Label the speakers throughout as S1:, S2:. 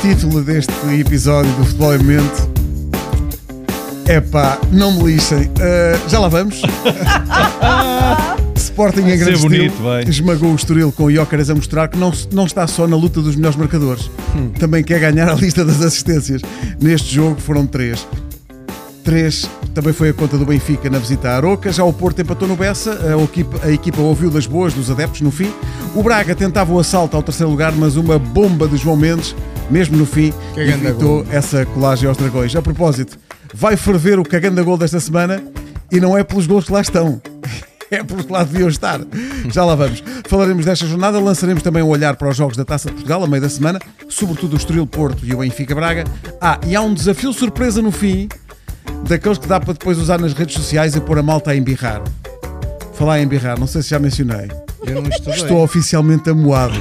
S1: título deste episódio do Futebol em Momento. Epá, não me lixem. Uh, já lá vamos. Sporting em
S2: ser
S1: grande
S2: bonito,
S1: estilo
S2: vai.
S1: esmagou o Estoril com o Jócaras a mostrar que não, se- não está só na luta dos melhores marcadores.
S2: Hum.
S1: Também quer ganhar a lista das assistências. Neste jogo foram três. Três também foi a conta do Benfica na visita à Aroca. Já o Porto empatou no Bessa. A equipa, a equipa ouviu das boas dos adeptos no fim. O Braga tentava o assalto ao terceiro lugar, mas uma bomba de João Mendes, mesmo no fim,
S3: Que ganda
S1: evitou essa colagem aos dragões. A propósito, vai ferver o cagando a gol desta semana e não é pelos gols que lá estão. É pelos que lá deviam estar. Já lá vamos. Falaremos desta jornada, lançaremos também um olhar para os jogos da Taça de Portugal a meio da semana, sobretudo o Estoril Porto e o Benfica Braga. Ah, e há um desafio surpresa no fim, daqueles que dá para depois usar nas redes sociais e pôr a malta a embirrar. Falar em embirrar, não sei se já mencionei.
S3: Eu não estudei.
S1: Estou oficialmente amoado.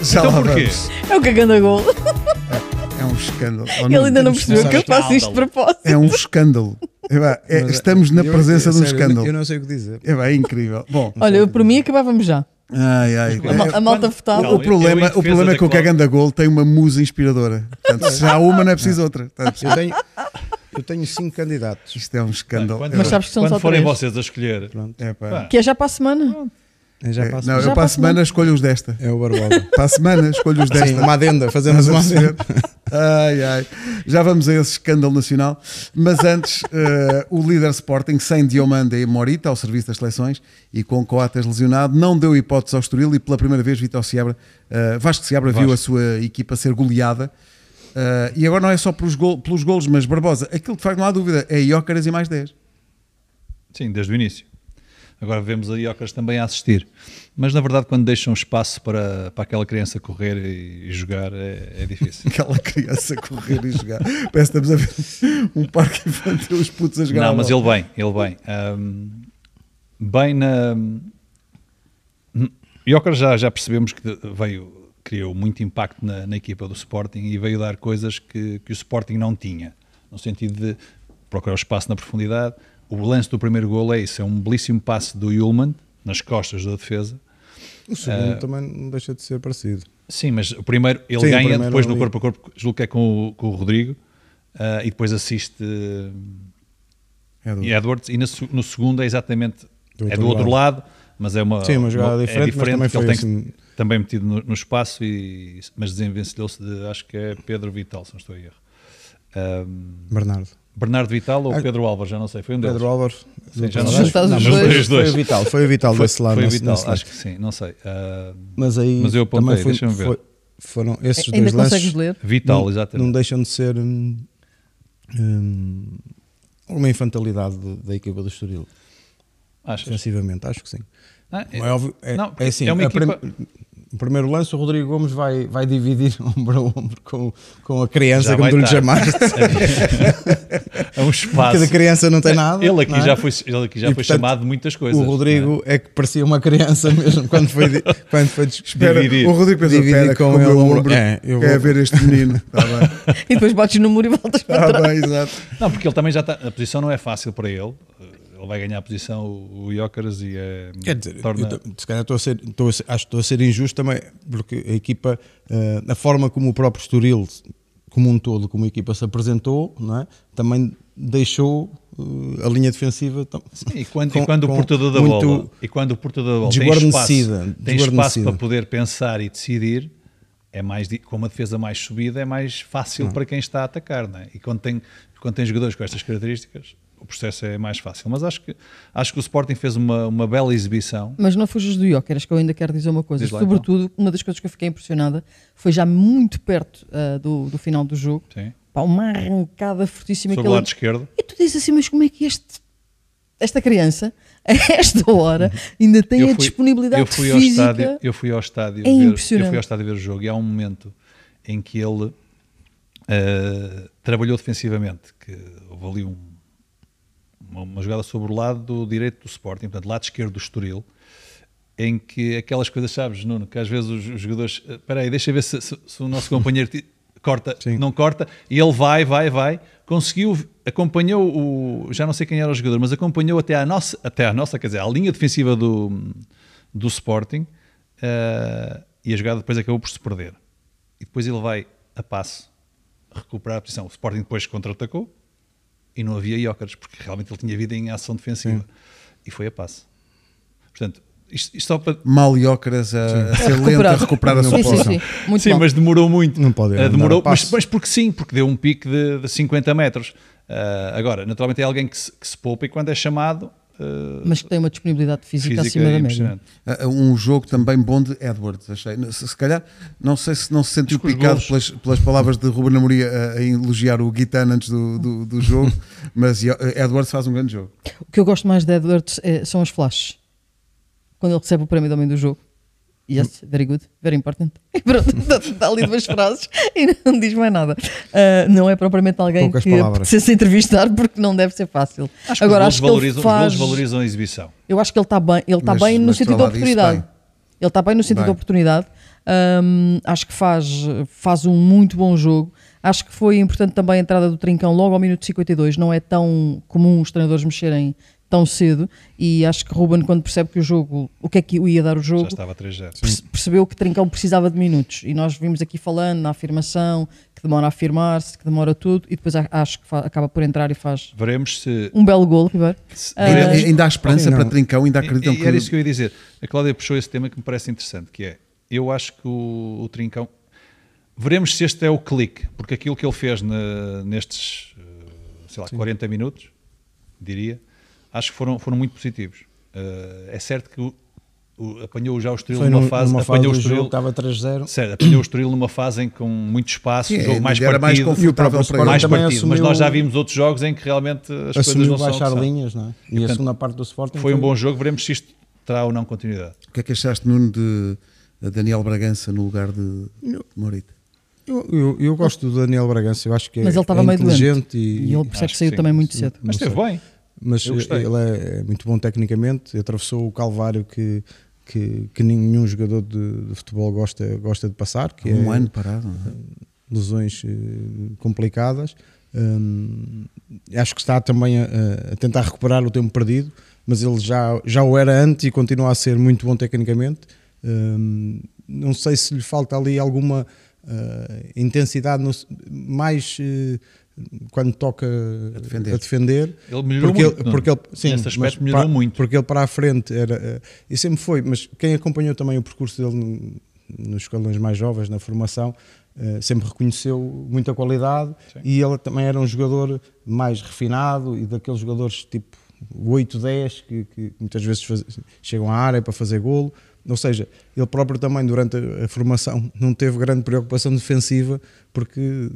S1: Já
S2: Então
S1: lá
S2: porquê?
S1: vamos.
S4: É o cagando a gol.
S1: É um escândalo.
S4: Ele ainda não percebeu
S3: noção.
S4: que eu faço isto de propósito.
S1: É um escândalo. É pá, é-
S3: Mas,
S1: estamos na
S3: eu-
S1: presença
S3: eu-
S1: de um
S3: sério, eu não-
S1: escândalo.
S3: Eu não sei o que dizer.
S1: É, pá, é incrível. Bom,
S4: Olha, eu, por mim acabávamos já.
S1: ai, ai.
S2: É,
S1: É,
S4: A, mal- a malta
S1: O-
S4: votava.
S1: o,
S2: eu- eu
S1: problema,
S2: em
S1: o problema
S2: defesa
S1: é que o
S2: da Cláudia-
S1: Caganda Gol tem uma musa inspiradora. Portanto, se há uma, não é preciso outra. Portanto,
S3: Eu tenho, eu tenho cinco candidatos.
S1: isto é um escândalo.
S2: Quando,
S1: É,
S4: Mas sabes que são
S2: quando
S4: só
S2: forem
S4: três.
S2: vocês a escolher.
S1: é, pá.
S2: Pá.
S4: Que é já para a semana.
S3: Eu Já
S1: É,
S3: passo.
S1: não,
S4: Já
S1: eu para
S4: para
S1: a
S4: a
S1: semana escolho os desta.
S3: É o Barbosa.
S1: Para a semana escolho os
S3: Sim,
S1: desta.
S3: uma adenda. Fazemos assim.
S1: Estás a
S3: uma
S1: perceber?
S3: adenda.
S1: Ai, ai. Já vamos a esse escândalo nacional. Mas antes, eh, o líder Sporting, sem Diomanda e Morita, ao serviço das seleções, e com Coates lesionado, não deu hipótese ao Estoril e pela primeira vez Vitor Seabra, eh, Vasco Seabra viu a sua equipa ser goleada. Eh, e agora não é só pelos, gol, pelos golos, mas Barbosa, aquilo de facto não há dúvida, é Iócaras e mais 10.
S2: Sim, desde o início. Agora vemos a Iocas também a assistir. Mas na verdade, quando deixam espaço para, para aquela criança correr e, e jogar, é, é difícil.
S1: Aquela criança a correr e jogar. Parece que estamos a ver um parque infantil, os putos a jogar. à
S3: é
S2: Não, mas
S1: bola.
S2: ele bem, ele bem. Ahm, bem na. hum, Joker já, já percebemos que veio, criou muito impacto na, na equipa do Sporting e veio dar coisas que, que o Sporting não tinha, no sentido de procurar o espaço na profundidade. O lance do primeiro gol é isso, é um belíssimo passe do Yulman nas costas da defesa.
S3: O
S2: É.
S3: segundo também não deixa de ser parecido.
S2: Sim, mas o primeiro ele
S3: Sim, o
S2: ganha
S3: primeiro
S2: depois no
S3: ali.
S2: corpo a corpo, julgo que é com o, com o Rodrigo, ah, e depois assiste
S1: É do-
S2: e Edwards, e na se- no segundo é exatamente
S3: Do
S2: é
S3: outro
S2: do outro lado, mas é uma,
S3: Sim, uma jogada
S2: é
S3: diferente, mas também
S2: porque ele tem
S3: foi
S2: que-
S3: assim.
S2: também metido no, no espaço, e, mas desenvencilhou-se de acho que é Pedro Vital, se não estou a erro. Ahm,
S3: Bernardo.
S2: Bernardo Vital ou
S3: Ah,
S2: Pedro Álvares, já não sei, foi um deles.
S3: Pedro Álvares.
S2: Sim, já
S3: Não,
S2: não
S4: Álvares.
S2: sei.
S4: Juntas
S2: Não,
S4: os dois.
S2: juntei os
S3: Foi
S2: dois.
S3: o Vital. Foi o Vital
S2: Foi,
S3: desse lado.
S2: foi o
S3: nesse-
S2: Vital,
S3: nesse lado.
S2: acho que sim, não sei. Ah,
S3: Mas aí
S2: Mas eu apontei,
S3: também foi-
S2: deixa-me ver.
S3: foi- foram esses
S4: Ainda
S3: dois lances.
S4: consegues ler?
S2: Vital,
S3: não,
S2: exatamente.
S3: Não deixam de ser hum, hum, uma infantilidade de- da equipa do Estoril,
S2: Achas?
S3: defensivamente, acho que sim.
S2: Ah, é-
S3: É, óbvio, é,
S2: não,
S3: é assim,
S2: é uma
S3: a prim-
S2: equipa-
S3: o primeiro lance o Rodrigo Gomes vai, vai dividir ombro a ombro com, com a criança,
S2: Já
S3: como
S2: vai
S3: tu lhe
S2: estar.
S3: chamaste,
S2: é um espaço.
S3: que da criança não tem nada.
S2: Ele aqui
S3: não é?
S2: já foi, ele aqui já
S3: E,
S2: foi
S3: portanto,
S2: chamado de muitas coisas.
S3: O Rodrigo é? que parecia uma criança mesmo quando foi, di- quando foi dis-
S1: Espera,
S2: Dividir.
S1: o Rodrigo pensou,
S3: Dividir
S1: espera,
S3: com
S1: com, o meu
S3: ele o
S1: ombro
S3: ombro. É, eu
S1: quer
S3: vou-
S1: ver este menino. Está bem,
S4: E depois bates no muro e voltas para
S1: está
S4: trás.
S1: bem, exato.
S2: não é? Não, porque ele também já está. A posição não é fácil para ele. Eh, Ele vai ganhar a posição, o Iócaras e é,
S3: Quer dizer,
S2: torna-
S3: eu t- se calhar estou a ser, estou a ser- acho que estou a ser injusto também, porque a equipa, eh, a forma como o próprio Estoril, como um todo, como a equipa se apresentou, não é? também deixou eh, a linha defensiva. tam-
S2: E quando, e
S3: com-
S2: quando
S3: com
S2: o portador da
S3: muito-
S2: bola, e quando o portador da bola tem espaço,
S3: desguarnecida,
S2: tem espaço
S3: desguarnecida.
S2: para poder pensar e decidir, é mais di- com uma defesa mais subida é mais fácil
S3: Hum.
S2: para quem está a atacar, não é? E quando tem quando tem jogadores com estas características, o processo é mais fácil. Mas acho que acho que o Sporting fez uma, uma bela exibição.
S4: Mas não fujas do Joker, acho que eu ainda quero dizer uma coisa.
S2: Diz lá, então.
S4: Sobretudo, uma das coisas que eu fiquei impressionada foi já muito perto ah, do, do final do jogo.
S2: Sim.
S4: Pá, uma arrancada fortíssima.
S2: Sobre
S4: que
S2: o
S4: ele-
S2: lado esquerdo.
S4: E tu dizes assim, mas como é que este, esta criança, a esta hora, ainda tem a disponibilidade
S2: Uhum. eu fui
S4: física?
S2: Ao estádio, eu fui ao estádio
S4: É
S2: ver, eu
S4: impressionante.
S2: fui ao estádio ver o jogo e há um momento em que ele eh, trabalhou defensivamente, que houve ali um- uma, uma jogada sobre o lado do direito do Sporting, portanto, lado esquerdo do Estoril, em que aquelas coisas, sabes, Nuno, que às vezes os, os jogadores, eh, espera aí, deixa eu ver se, se- se o nosso companheiro ti- corta,
S3: Sim.
S2: não corta, e ele vai, vai, vai, conseguiu, acompanhou o, já não sei quem era o jogador, mas acompanhou até à nossa, até à nossa, quer dizer, à linha defensiva do, do Sporting, eh, e a jogada depois acabou por se perder. e depois ele vai a passo recuperar a posição. O Sporting depois contra-atacou e não havia Jócares, porque realmente ele tinha vida em ação defensiva. E foi a passo. Portanto, isto, isto só para.
S1: Maliócaras a, a ser lento a recuperar a sua
S4: sim, sim,
S1: posição.
S4: sim. Muito
S2: sim,
S4: bom.
S2: mas demorou muito.
S3: Não pode
S2: Ah,
S3: andar
S2: demorou,
S3: a
S2: mas,
S3: passo.
S2: mas porque sim, porque deu um pique de, de 50 metros. Ah, agora, naturalmente é alguém que se, que se poupa e quando é chamado, ah,
S4: Mas que tem uma disponibilidade física,
S2: física,
S4: acima
S2: é
S4: da média.
S2: impressionante.
S1: Ah, Um jogo também bom de Edwards, achei. Se, se calhar, não sei se não se sentiu
S2: que os
S1: picado
S2: golos-
S1: pelas, pelas palavras de Ruben Amorim a, a elogiar o Guitana antes do, do, do jogo, mas Yo- Edwards faz um grande jogo.
S4: O que eu gosto mais de Edwards é- são as flashes. Quando ele recebe o prémio do homem do jogo. Yes,
S2: Hum.
S4: very good, very important. E pronto, dá- dá ali duas frases e não diz mais nada. Ah, não é propriamente alguém
S3: Poucas
S4: que
S3: palavras.
S4: precisa se desentrevistar porque não deve ser fácil.
S2: acho que
S4: Agora,
S2: os
S4: acho que
S2: golos
S4: ele
S2: valorizam, os
S4: faz...
S2: golos valorizam a exibição.
S4: Eu acho que ele está bem, ele está
S1: Mas-
S4: bem no
S1: mas para
S4: sentido da
S1: lá disso,
S4: oportunidade.
S1: bem.
S4: Ele está bem no sentido
S1: Bem.
S4: da oportunidade. Hum, acho que faz, faz um muito bom jogo. Acho que foi importante também a entrada do Trincão logo ao minuto 52. Não é tão comum os treinadores mexerem tão cedo. E acho que Ruben, quando percebe que o jogo, o que é que ia dar o
S2: Já
S4: jogo,
S2: estava a 3-0.
S4: perce- percebeu que Trincão precisava de minutos. E nós vimos aqui falando na afirmação, que demora a afirmar-se, que demora tudo. E depois a- acho que fa- acaba por entrar e faz
S2: Veremos se.
S4: um belo golo, Ribeiro.
S2: se-
S1: Ainda,
S2: veremos-
S1: ainda há esperança
S3: Sim, não.
S1: para Trincão, ainda acreditam
S2: é. e, e era isso
S1: que.
S2: que eu ia dizer. A Cláudia puxou esse tema que me parece interessante, que é, eu acho que o, o Trincão, veremos se este é o clique, porque aquilo que ele fez na- nestes, eh, sei lá, 40 minutos, diria, acho que foram, foram muito positivos. Eh, é certo que o, o- apanhou já o Estoril
S3: Foi
S2: numa
S3: num-
S2: fase,
S3: numa fase
S2: apanhou
S3: do
S2: o Estoril,
S3: jogo, estava 3-0.
S2: Certo, apanhou o Estoril numa fase em que com muito espaço,
S1: Sim,
S2: um jogo mais
S1: é, era mais
S2: partido,
S1: confortável
S3: E o próprio
S1: para ele.
S3: Sporting
S2: mais
S3: também
S2: partido, mas
S3: assumiu-
S2: nós já vimos outros jogos em que realmente as coisas
S3: Assumiu
S2: não são o que
S3: baixar então-
S2: são.
S3: linhas, não é? E, a segunda parte do Sporting
S2: Foi um bom jogo, veremos se isto terá ou não continuidade.
S1: O que é que achaste, Nuno, de Daniel Bragança no lugar de, de Morita?
S3: Eu, eu- eu gosto do Daniel Bragança, eu acho que é-
S4: Mas ele estava
S3: é
S4: meio doente.
S3: inteligente e,
S4: E ele percebe
S2: Acho
S4: que
S2: que
S4: saiu
S2: sim.
S4: também muito cedo.
S2: Mas
S3: Não
S2: esteve bem.
S3: mas
S2: Eu gostei.
S3: ele é, é muito bom tecnicamente, atravessou o calvário que, que, que nenhum jogador de, de futebol gosta, gosta de passar, que
S1: Um
S3: é
S1: ano parado. não é?
S3: lesões eh, complicadas. Hum, acho que está também a, a tentar recuperar o tempo perdido, mas ele já, já o era antes e continua a ser muito bom tecnicamente. Hum, não sei se lhe falta ali alguma ah, intensidade no- mais eh, quando toca a
S1: defender.
S2: Ele melhorou
S3: porque
S2: muito,
S3: Ele,
S2: não? é?
S3: porque ele, sim,
S2: Nesse aspecto
S3: mas
S2: melhorou
S3: para-
S2: muito.
S3: Porque ele para a frente era. eh, E sempre foi, mas quem acompanhou também o percurso dele no- nos escalões mais jovens, na formação, eh, sempre reconheceu muita qualidade
S2: Sim.
S3: e ele também era um jogador mais refinado e daqueles jogadores tipo 8, 10 que, que muitas vezes faz- chegam à área para fazer golo. Ou seja, ele próprio também durante a, a formação não teve grande preocupação defensiva porque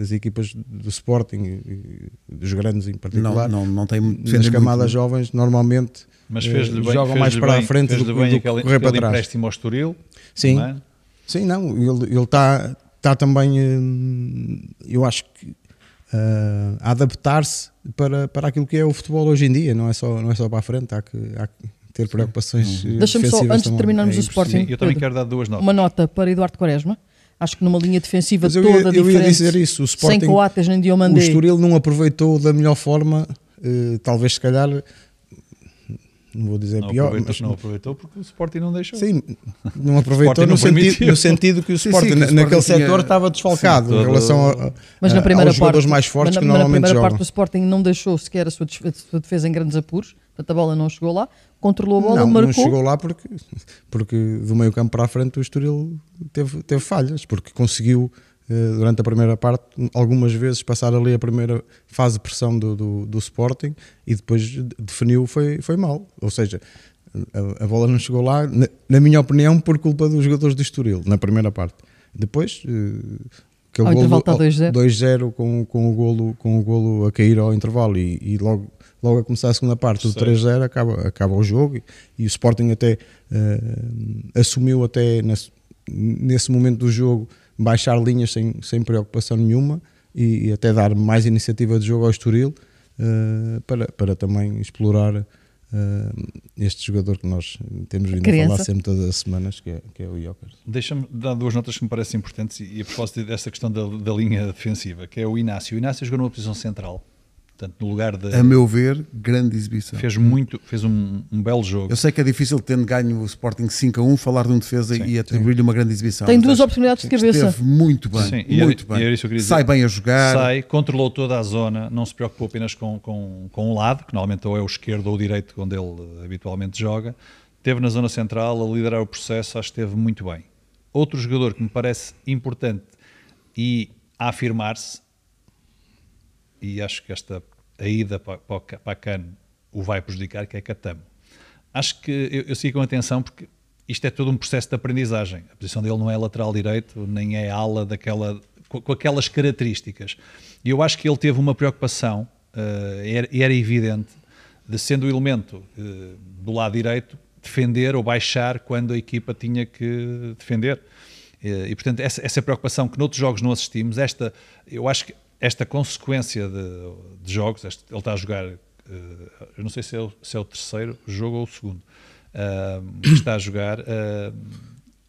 S3: as equipas do Sporting e, e dos grandes em particular
S1: Não, não, não tem defender
S3: nas
S1: muito,
S3: camadas
S1: não.
S3: jovens normalmente
S2: Mas
S3: eh,
S2: fez-lhe bem,
S3: jogam
S2: fez-lhe
S3: mais para
S2: bem-
S3: a frente do,
S2: fez-lhe
S3: do
S2: bem
S3: que
S2: aquele,
S3: correr para
S2: aquele
S3: trás.
S2: empréstimo ao Estoril.
S3: Sim.
S2: não é?
S3: Sim, não, ele está tá também, hum, eu acho que, ah, a adaptar-se para, para aquilo que é o futebol hoje em dia, não é só, não é só para a frente, há que, há que ter preocupações.
S2: Uhum.
S3: eh,
S4: Deixa-me só,
S3: defensivas
S4: antes de
S3: também.
S4: terminarmos
S3: É
S4: o
S3: impossível.
S4: Sporting,
S2: Sim, eu também
S4: Pedro.
S2: quero dar duas notas.
S4: uma nota para Eduardo Quaresma. Acho que numa linha defensiva
S3: Mas eu
S4: toda
S3: ia- eu ia
S4: diferente,
S3: dizer isso, o Sporting-
S4: sem coates nem
S3: O
S4: Diomandé,
S3: Estoril não aproveitou da melhor forma, eh, talvez se calhar, não vou dizer
S2: não,
S3: pior,
S2: aproveitou,
S3: mas
S2: não aproveitou porque o Sporting não deixou.
S3: Sim, não
S2: Sporting
S3: aproveitou
S2: não
S3: no, sentido,
S2: permitiu.
S3: no sentido que o Sporting,
S1: sim, que o Sporting
S3: naquele
S1: tinha-
S3: setor estava desfalcado
S2: Sim,
S3: em
S2: todo-
S3: relação a, a-
S4: mas na
S3: a-
S4: primeira
S3: ah, aos jogadores
S4: parte,
S3: mais
S4: mas
S3: fortes
S4: na,
S3: que
S4: mas na
S3: normalmente
S4: primeira
S3: jogam.
S4: parte o Sporting não deixou sequer a sua, desfe- a sua defesa em grandes apuros, portanto a bola não chegou lá, controlou a bola,
S3: não, não
S4: marcou.
S3: chegou lá porque, porque do meio campo para a frente o Estoril teve, teve falhas, porque conseguiu eh, durante a primeira parte algumas vezes passar ali a primeira fase de pressão do, do, do Sporting e depois de- definiu foi, foi mal, ou seja a, a bola não chegou lá, na, na minha opinião por culpa dos jogadores do Estoril na primeira parte, depois eh, aquele
S4: Ao intervalo
S3: golo
S4: está 2-0.
S3: 2-0 com, com, o golo, com o golo a cair ao intervalo e, e logo, logo a começar a segunda parte, o 3-0 acaba, acaba o jogo e, e o Sporting até eh, assumiu até nesse, nesse momento do jogo baixar linhas sem, sem preocupação nenhuma e, e até dar mais iniciativa de jogo ao Estoril eh, para, para também explorar eh, este jogador que nós temos vindo a
S4: Criança.
S3: falar sempre todas as semanas que é, que é o Jokers.
S2: Deixa-me dar duas notas que me parecem importantes e, e a propósito dessa questão da, da linha defensiva, que é o Inácio. O Inácio jogou numa posição central, Portanto, no lugar de.
S1: A meu ver, grande exibição.
S2: Fez muito, fez um, um belo jogo.
S1: Eu sei que é difícil, tendo ganho o Sporting 5 a 1, falar de um defesa e atribuir-lhe uma grande exibição.
S4: Tem
S1: Mas
S4: duas
S1: acho
S4: oportunidades de
S1: que
S4: cabeça.
S1: Esteve muito bem,
S2: Sim, e era-
S1: muito
S2: e era
S1: bem.
S2: isso que eu queria dizer.
S1: Sai bem a jogar.
S2: Sai, controlou toda a zona, não se preocupou apenas com, com, com um lado, que normalmente ou é o esquerdo ou o direito, onde ele eh, habitualmente joga. Teve na zona central a liderar o processo, acho que esteve muito bem. Outro jogador que me parece importante e a afirmar-se, e acho que esta a ida para, para, o Ca- para a CAN o vai prejudicar, que é Catamo. Acho que eu, eu sigo com atenção porque isto é todo um processo de aprendizagem. A posição dele não é lateral direito, nem é ala daquela, com, com aquelas características. E eu acho que ele teve uma preocupação, eh, era, era evidente, de sendo o elemento eh, do lado direito, defender ou baixar quando a equipa tinha que defender. Eh, E, portanto, essa, essa preocupação que noutros jogos não assistimos, esta, eu acho que esta consequência de, de jogos, este- ele está a jogar, eh, eu não sei se é, o, se é o terceiro jogo ou o segundo, ah, que está a jogar, ah,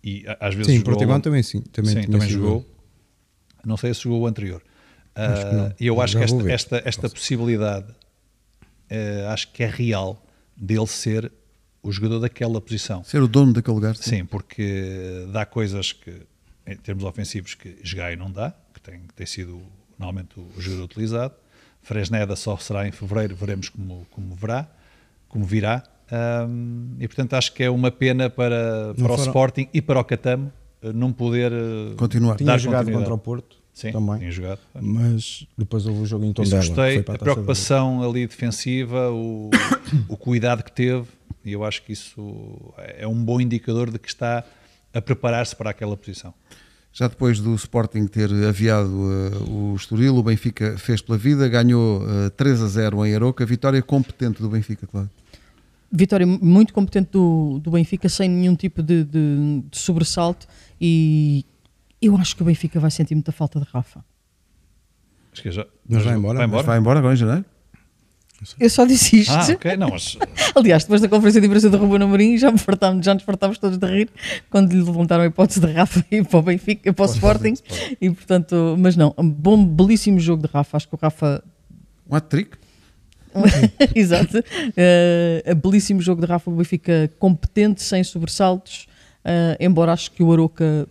S2: e a- às vezes
S3: Sim,
S2: jogou-
S3: Portugal também sim. Também,
S2: Sim, também jogou. Não sei se jogou o anterior.
S3: Acho que
S2: Ah,
S3: não.
S2: E eu acho
S3: Já
S2: que
S3: vou
S2: esta,
S3: ver.
S2: esta, esta possibilidade eh, acho que é real dele ser o jogador daquela posição.
S1: Ser o dono daquele lugar.
S2: Sim, porque dá coisas que, em termos ofensivos, que Esgaio não dá, que tem, que tem sido normalmente o o jogador utilizado. Fresneda só será em fevereiro, veremos como, como verá, como virá. Ahm, e portanto acho que é uma pena para, para o
S3: foram-
S2: Sporting e para o Catamo eh, não poder eh,
S1: Continuar.
S3: Tinha
S2: dar
S3: jogado
S2: continuidade.
S3: contra o Porto
S2: Sim,
S3: também.
S2: tinha jogado.
S3: Mas depois houve o jogo em
S2: Isso
S3: Tondela.
S2: gostei,
S3: foi
S2: a
S3: para Taça da Liga.
S2: preocupação ali defensiva, o, o cuidado que teve, e eu acho que isso é um bom indicador de que está a preparar-se para aquela posição.
S1: Já depois do Sporting ter aviado eh, o Estoril, o Benfica fez pela vida, ganhou eh, 3 a 0 em Aroca, vitória competente do Benfica, claro.
S4: Vitória muito competente do, do Benfica, sem nenhum tipo de, de- de sobressalto. E eu acho que o Benfica vai sentir muita falta de Rafa.
S2: Acho que já,
S3: Mas vai embora,
S1: Mas
S2: Vai embora?
S1: vai embora agora é? em janeiro?
S4: Eu só disse isto.
S2: Ah, ok, não, mas
S4: Aliás, depois da conferência de imprensa do Ruben Amorim, já, me fartámos, já nos fartámos todos de rir quando lhe levantaram a hipótese de Rafa ir para o Benfica, para o Sporting. E portanto, mas não, um bom, belíssimo jogo de Rafa. Acho que o Rafa
S1: Um hat-trick?
S4: Uhum. Exato. Uh, belíssimo jogo de Rafa o Benfica, competente, sem sobressaltos, uh, embora acho que o Aroca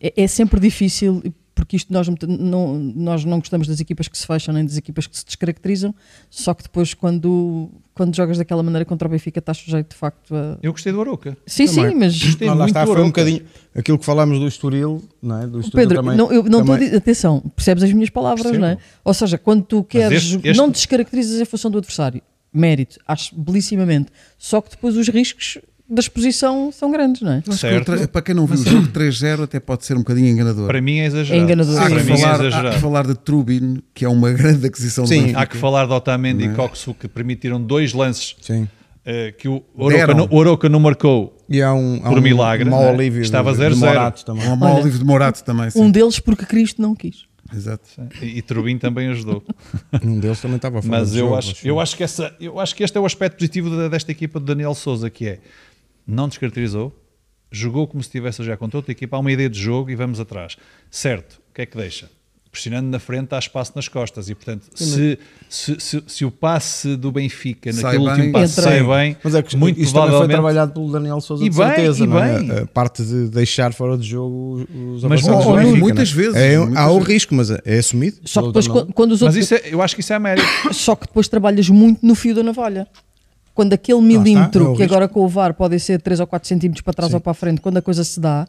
S4: é, é sempre difícil, porque isto nós não- não, nós não gostamos das equipas que se fecham, nem das equipas que se descaracterizam, só que depois quando, quando jogas daquela maneira contra o Benfica estás sujeito de facto a...
S2: eu gostei do Aroca.
S4: Sim, sim, mas...
S2: Gostei
S3: Não, lá
S2: muito
S3: está,
S2: do
S3: foi um
S2: Aroca.
S3: bocadinho aquilo que falámos do Estoril, não é? Do Estoril
S4: Pedro,
S3: também,
S4: não, eu não estou a
S3: também-
S4: dizer- atenção, percebes as minhas palavras,
S2: Percebo.
S4: não é? Ou seja, quando tu queres,
S2: este- este-
S4: não descaracterizas em função do adversário, mérito, acho belíssimamente. Só que depois os riscos da exposição são grandes, não é?
S2: Certo.
S1: Contra- Para quem não viu o jogo 3-0 até pode ser um bocadinho enganador.
S2: Para mim é exagerado.
S4: É enganador.
S1: há,
S3: Ah,
S2: Para
S1: que
S2: mim é
S1: falar, há que
S2: exagerado.
S1: falar de Trubin, que é uma grande aquisição
S3: Sim.
S1: do Benfica.
S2: Há que falar de Otamendi e Coxo que permitiram dois lances
S3: Sim.
S2: eh, que o Aroca,
S1: Deram.
S2: não, o Aroca não marcou.
S3: E há um, há
S2: Por
S3: um
S2: milagre,
S3: mau
S2: não é?
S3: alívio
S2: Estava
S3: de- de
S2: 0-0.
S3: Morato também.
S1: Um mau livro de Morato também, sim.
S4: Um deles porque Cristo não quis.
S1: Exato.
S2: E, e Turbin também ajudou.
S3: Um deles também estava a falar
S2: Mas
S3: do
S2: eu,
S3: jogo, assim.
S2: acho, eu, acho que essa, eu acho que este é o aspecto positivo da- desta equipa de Daniel Souza, que é não descaracterizou, jogou como se estivesse a jogar contra outra equipa, há uma ideia de jogo e vamos atrás. Certo, o que é que deixa? Pressionando na frente, há espaço nas costas e, portanto, se, se, se, se o passe do Benfica
S1: Sai
S2: naquele
S1: bem.
S2: último passe
S4: Entra.
S2: sai bem,
S3: Mas é que
S2: muito
S3: isso também foi
S2: provavelmente.
S3: trabalhado pelo Daniel Sousa,
S2: E
S3: de
S2: bem,
S3: certeza,
S2: e
S3: não é?
S2: bem.
S3: A parte de deixar fora de jogo os
S2: Mas oh,
S3: avançados
S2: ou-
S3: do
S2: ou
S3: Benfica,
S1: muitas
S3: não é?
S1: vezes,
S3: É,
S1: muitas
S3: há o
S1: vezes.
S3: risco, mas é assumido.
S4: Só que
S3: pelo
S4: depois,
S3: Daniel.
S4: quando, quando os
S2: Mas
S4: outros,
S2: isso é- eu acho que isso é mérito.
S4: só que depois trabalhas muito no fio da navalha. Quando aquele milímetro
S3: é o
S4: que
S3: risco.
S4: agora com o VAR podem ser 3 ou 4 centímetros para trás ou para a frente, quando a coisa se dá,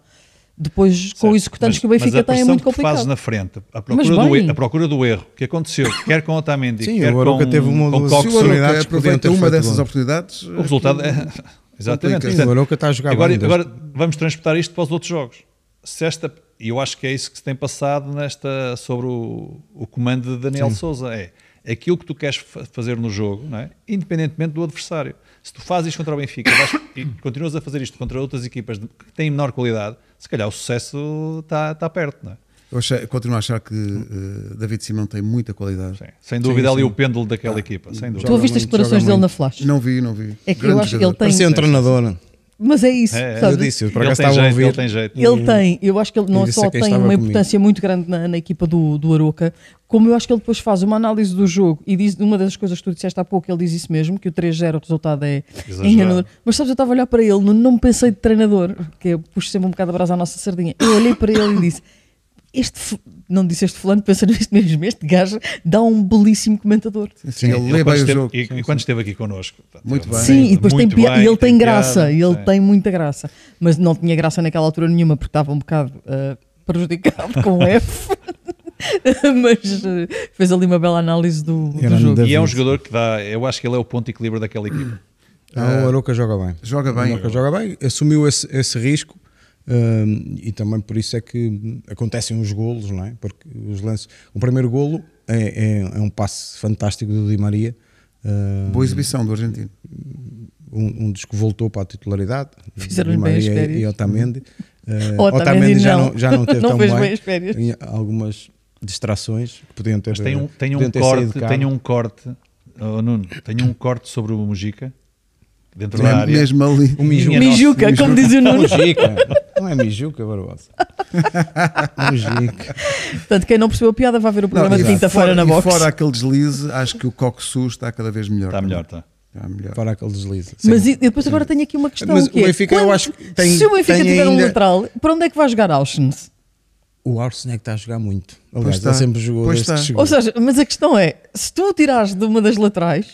S4: depois com
S2: Certo,
S4: os executantes
S2: mas-
S4: que o Benfica
S2: mas a
S4: tem é
S2: pressão
S4: muito
S2: que tu
S4: complicado.
S2: fazes na frente, a procura,
S4: Mas
S2: do
S4: bem.
S2: erro, a procura do erro que aconteceu, quer com Otamendi,
S3: Sim,
S2: quer
S3: o Aroca
S2: com,
S3: teve uma ou
S2: com
S3: duas-
S1: Se
S2: Coxo,
S1: o
S3: Oportunidades
S1: Aroca
S3: que podiam ter
S1: aproveita uma
S3: feito
S1: dessas
S3: gols.
S1: oportunidades,
S2: O resultado é. Exatamente.
S1: Complica-se.
S2: Portanto,
S3: O Aroca está a jogar
S2: agora,
S3: bem,
S2: agora vamos transportar isto para os outros jogos. Se esta, e eu acho que é isso que se tem passado nesta, sobre o, o comando de Daniel Souza. É aquilo que tu queres fa- fazer no jogo, não é? independentemente do adversário. Se tu fazes isto contra o Benfica vais, e continuas a fazer isto contra outras equipas de- que têm menor qualidade, se calhar o sucesso está está perto, não é?
S1: eu achei- continuo a achar que eh, David Simão tem muita qualidade.
S2: Sim. Sem dúvida ali o pêndulo daquela equipa, sem
S4: Tu
S2: dúvida.
S3: Joga
S4: ouviste as
S3: muito, joga
S4: declarações dele
S3: muito.
S4: na flash?
S1: Não vi, não vi.
S4: É que eu
S1: Grande
S4: acho que
S1: jogador.
S4: ele tem-
S3: Parecia um treinador.
S4: Mas é isso.
S2: É, é.
S4: sabes?
S3: Eu disse, eu por
S2: Ele
S3: acaso
S2: tem
S3: estava a
S2: jeito,
S3: ouvir.
S2: ele tem jeito.
S4: Ele tem, eu acho que ele não
S3: Isso é
S4: só
S3: quem
S4: tem uma
S3: estava comigo.
S4: importância muito grande na, na equipa do, do Aroca, como eu acho que ele depois faz uma análise do jogo e diz uma das coisas que tu disseste há pouco, ele diz isso mesmo, que o 3-0 o resultado é
S2: Exagerado.
S4: enganador. Mas sabes, eu estava a olhar para ele, não, não pensei de treinador, que eu puxo sempre um bocado a brasa à nossa sardinha. Eu olhei para ele e disse: Este, fu- não disse este fulano, pensa neste mesmo, este gajo dá um belíssimo comentador.
S1: Sim, ele lê
S2: Ele quando
S1: bem o
S2: esteve-
S1: jogo.
S2: E, e quando esteve aqui connosco. portanto,
S1: Muito
S2: ele-
S1: bem.
S4: Sim, e depois tem
S2: né? muito
S4: piada.
S2: bem,
S4: E ele tem graça,
S2: piada,
S4: ele
S2: sim.
S4: tem muita graça. Mas não tinha graça naquela altura nenhuma, porque estava um bocado ah, prejudicado com o F. Mas ah, fez ali uma bela análise do, do
S3: Grande
S4: jogo.
S3: David.
S2: E é um jogador que dá, eu acho que ele é o ponto de equilíbrio daquela
S1: Uhum.
S2: equipa.
S3: Ah, o Aroca joga bem.
S1: Joga
S3: O
S1: bem.
S3: Aroca joga bem, assumiu esse, esse risco hum, e também por isso é que acontecem os golos, não é? Porque os lances. O primeiro golo é, é- é um passe fantástico do Di Maria. hum,
S1: Boa exibição do argentino.
S3: um, um dos que voltou para a titularidade,
S4: Fizeram
S3: Di
S4: bem as
S3: Maria
S4: férias.
S3: e Otamendi. Eh,
S4: Otamendi
S3: já
S4: não.
S3: não, já não teve
S4: Não
S3: tão
S4: fez
S3: bem.
S4: bem as férias.
S3: Tinha algumas distrações que podiam ter.
S2: Mas tem um, tem um
S3: podiam ter saído
S2: corte,
S3: de carro.
S2: tem um corte, oh, Nuno, tem um corte sobre o Mujica dentro da
S1: É
S2: área.
S1: mesmo ali.
S3: Um mijo.
S2: Minha
S4: Mijuca,
S1: nossa,
S4: como diz o Nuno.
S3: Mujica. Não é Mijuca, Barbosa. Um Mujica.
S4: Portanto, quem não percebeu a piada vai ver o
S1: Não,
S4: programa
S1: e
S4: de quinta-feira
S1: fora-
S4: na
S1: e
S4: box.
S1: Fora aquele deslize, acho que o Coque Sul está cada vez melhor.
S2: Está
S1: também.
S2: melhor, tá. está.
S1: Está melhor.
S3: Para aquele deslize. Sim.
S4: Mas e- depois agora tenho aqui uma questão.
S3: Mas
S4: que é,
S3: o Benfica, eu
S4: quando-
S3: acho que tem-
S4: se o Benfica
S3: tem
S4: tiver um
S3: ainda-
S4: lateral, para onde é que vai jogar Auschwitz?
S3: O Arsenal é que está a jogar muito.
S1: Pois
S3: Aliás,
S1: está.
S3: ele sempre jogou
S1: Pois
S3: desde que
S1: está.
S3: chegou.
S4: Ou seja, mas a questão é: se tu o tirares de uma das laterais,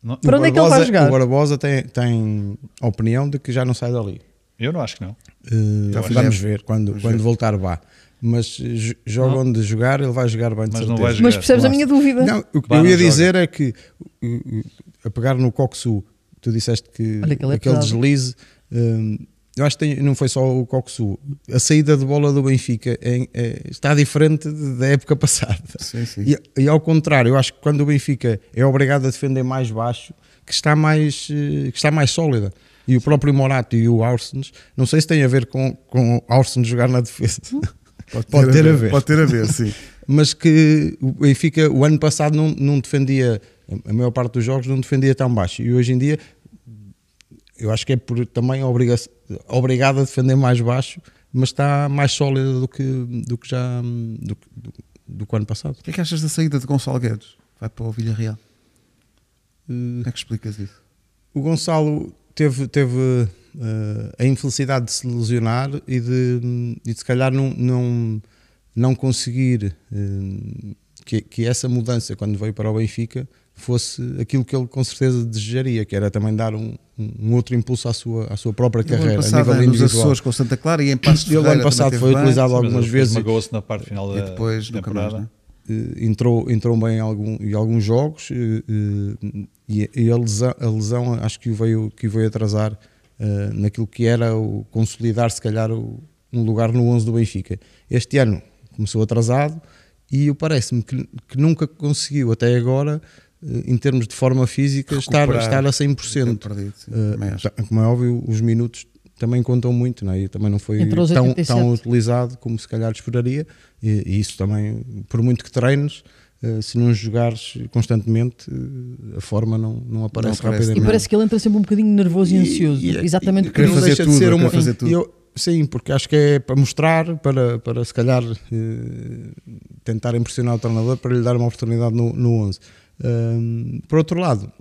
S2: Não-
S4: para onde é que ele vai
S3: Barbosa-
S4: jogar?
S3: O Barbosa tem, tem a opinião de que já não sai dali.
S2: Eu não acho que não.
S3: Uh,
S1: Já
S3: vamos
S1: fizemos.
S3: ver quando, quando voltar vá. Mas uh, jo- joga onde jogar, ele vai jogar bem de
S2: Mas
S3: certeza.
S2: não vai jogar.
S4: mas percebes a minha dúvida?
S3: Não, o que
S2: Vá,
S3: eu
S2: não
S3: ia
S2: joga.
S3: dizer é que uh, uh, a pegar no Coxu, tu disseste que
S4: Olha, aquele é
S3: aquele
S4: pesado.
S3: deslize. um, eu acho que tem- não foi só o Coxu. A saída de bola do Benfica é- é- está diferente de- da época passada.
S1: Sim, sim.
S3: E, e ao contrário, eu acho que quando o Benfica é obrigado a defender mais baixo, que está mais, eh, que está mais sólida. E o próprio Morato e o Aursens, não sei se tem a ver com, com o Aursens jogar na defesa. Pode, ter a ver.
S1: Pode ter a ver, sim.
S3: Mas que o Benfica, o ano passado, não, não defendia, a maior parte dos jogos não defendia tão baixo. E hoje em dia, eu acho que é por também obriga obrigado a defender mais baixo, mas está mais sólida do que, do que já do, que- do, do que o ano passado.
S1: O que é que achas da saída de Gonçalo Guedes? Vai para o Villarreal.
S3: Eh,
S1: Como é que explicas isso?
S3: O Gonçalo teve, teve eh, a infelicidade de se lesionar e de, e de se calhar não, não, não conseguir eh, que, que essa mudança, quando veio para o Benfica, fosse aquilo que ele com certeza desejaria, que era também dar um, um outro impulso à sua, à sua própria
S1: Ele ano
S3: carreira, a
S1: passado
S3: nível
S1: é nos
S3: individual.
S1: Açores com Santa Clara e em Passos de
S3: Ele
S1: Ferreira
S3: ano passado
S1: também
S3: foi
S1: teve bem.
S3: utilizado é
S2: Mas
S3: algumas
S2: ele
S3: vezes
S2: Esmagou-se na parte final
S1: E
S2: da
S1: depois nunca mais,
S2: temporada.
S1: né?
S3: eh, entrou, entrou bem em, algum, em alguns jogos eh, eh, e, e a, lesão, a lesão acho que o veio, que o veio atrasar eh, naquilo que era o consolidar se calhar o- um lugar no 11 do Benfica. Este ano começou atrasado e eu parece-me que, que nunca conseguiu até agora eh, em termos de forma física estar,
S1: Recuperar
S3: estar a
S1: Tem
S3: 100%.
S1: perdido, sim,
S3: Eh,
S1: também acho.
S3: tá- como é óbvio, os minutos também contam muito, não é? E também não foi
S4: Entrou aos
S3: tão,
S4: 87.
S3: tão utilizado como se calhar esperaria. E, e isso também, por muito que treines, eh, se não jogares constantemente, eh, a forma não, não
S1: aparece.
S3: aparece
S4: E
S1: Não.
S3: rapidamente.
S4: parece que ele entra sempre um bocadinho nervoso e, ansioso.
S1: é
S3: e- é-
S4: exatamente
S3: e-
S4: porque
S1: querer
S3: não
S1: fazer
S3: deixa de
S1: tudo,
S3: ser
S1: querer
S3: uma-
S1: fazer tudo.
S3: Eu- sim, porque acho que é para mostrar, para, para se calhar eh, tentar impressionar o treinador para lhe dar uma oportunidade no, no 11. Hum, por outro lado,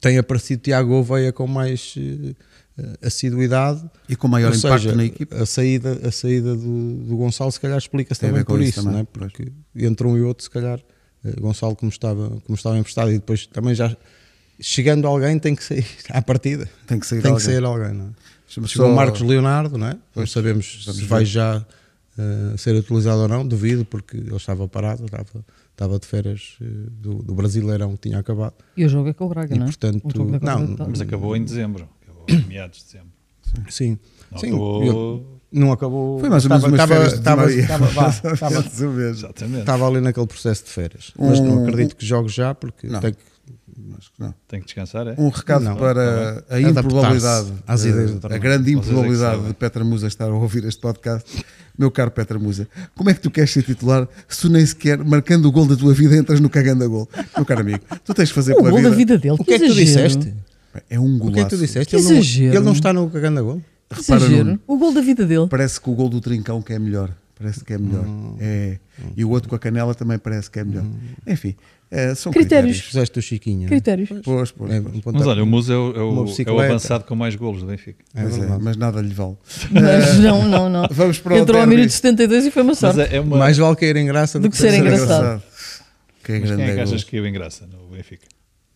S3: tem aparecido Tiago Oveia com mais eh, eh, assiduidade.
S1: E com maior
S3: Ou
S1: impacto
S3: seja,
S1: na equipa.
S3: A saída, a saída do, do Gonçalo, se calhar, explica-se
S1: Tem a
S3: também
S1: ver com
S3: por
S1: isso
S3: isso,
S1: também,
S3: não é?
S1: pois.
S3: porque entre um e outro, se calhar, eh, Gonçalo, como estava, como estava emprestado, e depois também já chegando alguém, tem que sair à partida.
S1: Tem que sair
S3: Tem que
S1: alguém.
S3: sair alguém, não é?
S1: Chama-se
S3: Chegou
S1: só-
S3: o Marcos Leonardo, não é? Não
S1: Pois,
S3: sabemos
S1: vamos
S3: se
S1: ver.
S3: vai já eh, ser utilizado ou não, duvido, porque ele estava parado, estava, estava de férias eh, do, do Brasileirão que tinha acabado.
S4: E o jogo é com o Braga,
S3: E,
S4: não é?
S3: portanto,
S4: O jogo é com o
S3: não,
S4: Braga.
S2: Mas acabou em dezembro, acabou em meados de dezembro.
S3: Sim,
S2: Não
S3: Sim,
S2: acabou-
S3: ele não acabou.
S1: Foi mais ou menos umas férias de Di
S3: estava,
S1: Maria.
S3: estava, vá,
S1: Mais
S3: estava,
S1: ou menos.
S2: Exatamente.
S3: Estava ali naquele processo de férias. Mas
S1: Um-
S3: não acredito que jogue já, porque
S1: Não.
S3: tem que.
S1: Acho que não.
S2: Tem que descansar, é?
S1: Um recado
S3: Não,
S1: para a
S3: Adaptar-se
S1: improbabilidade,
S3: às
S1: eh,
S3: ideias do
S1: a
S3: treinador.
S1: grande
S2: Vocês é que
S1: improbabilidade
S2: sabem.
S1: de Petra Musa estar a ouvir este podcast. Meu caro Petra Musa, como é que tu queres ser titular se tu nem sequer, marcando o gol da tua vida, entras no cagando a gol? Meu caro amigo, tu tens de fazer
S4: O
S1: pela
S4: gol
S1: vida.
S4: da vida dele.
S3: O que é que tu
S4: exagero.
S3: disseste?
S1: É um
S3: O que é que tu
S1: golaço.
S3: disseste?
S4: Que
S3: ele, não,
S4: exagero.
S3: ele não está no cagando a gol?
S1: Repara,
S4: Exagero.
S1: Nuno.
S4: O gol da vida dele.
S1: Parece que o gol do Trincão que é melhor. Parece que é melhor.
S3: Hum.
S1: É. E o outro com a canela também parece que é melhor. Enfim, eh, são
S4: Critérios.
S1: critérios.
S3: Fizeste o Chiquinho. não é?
S4: Critérios.
S1: Pois, pois,
S3: É,
S1: pois.
S3: um ponto
S2: Mas
S3: a-
S2: olha, o Musa é o, é o-
S3: Uma
S2: é o
S3: bicicleta.
S2: avançado com mais golos do Benfica.
S3: É
S1: Mas, é,
S3: verdade.
S1: mas nada lhe vale.
S4: Mas não, não, não.
S1: Vamos para o
S4: Entrou ao
S1: derby.
S4: minuto 72 e foi uma
S2: Mas
S4: sorte.
S2: é, é uma.
S3: Mais vale cair em graça
S4: Do que ser
S1: Será
S4: engraçado.
S1: Que é
S2: mas
S1: grande
S2: quem é que
S1: é gol.
S2: achas que ia em graça no Benfica?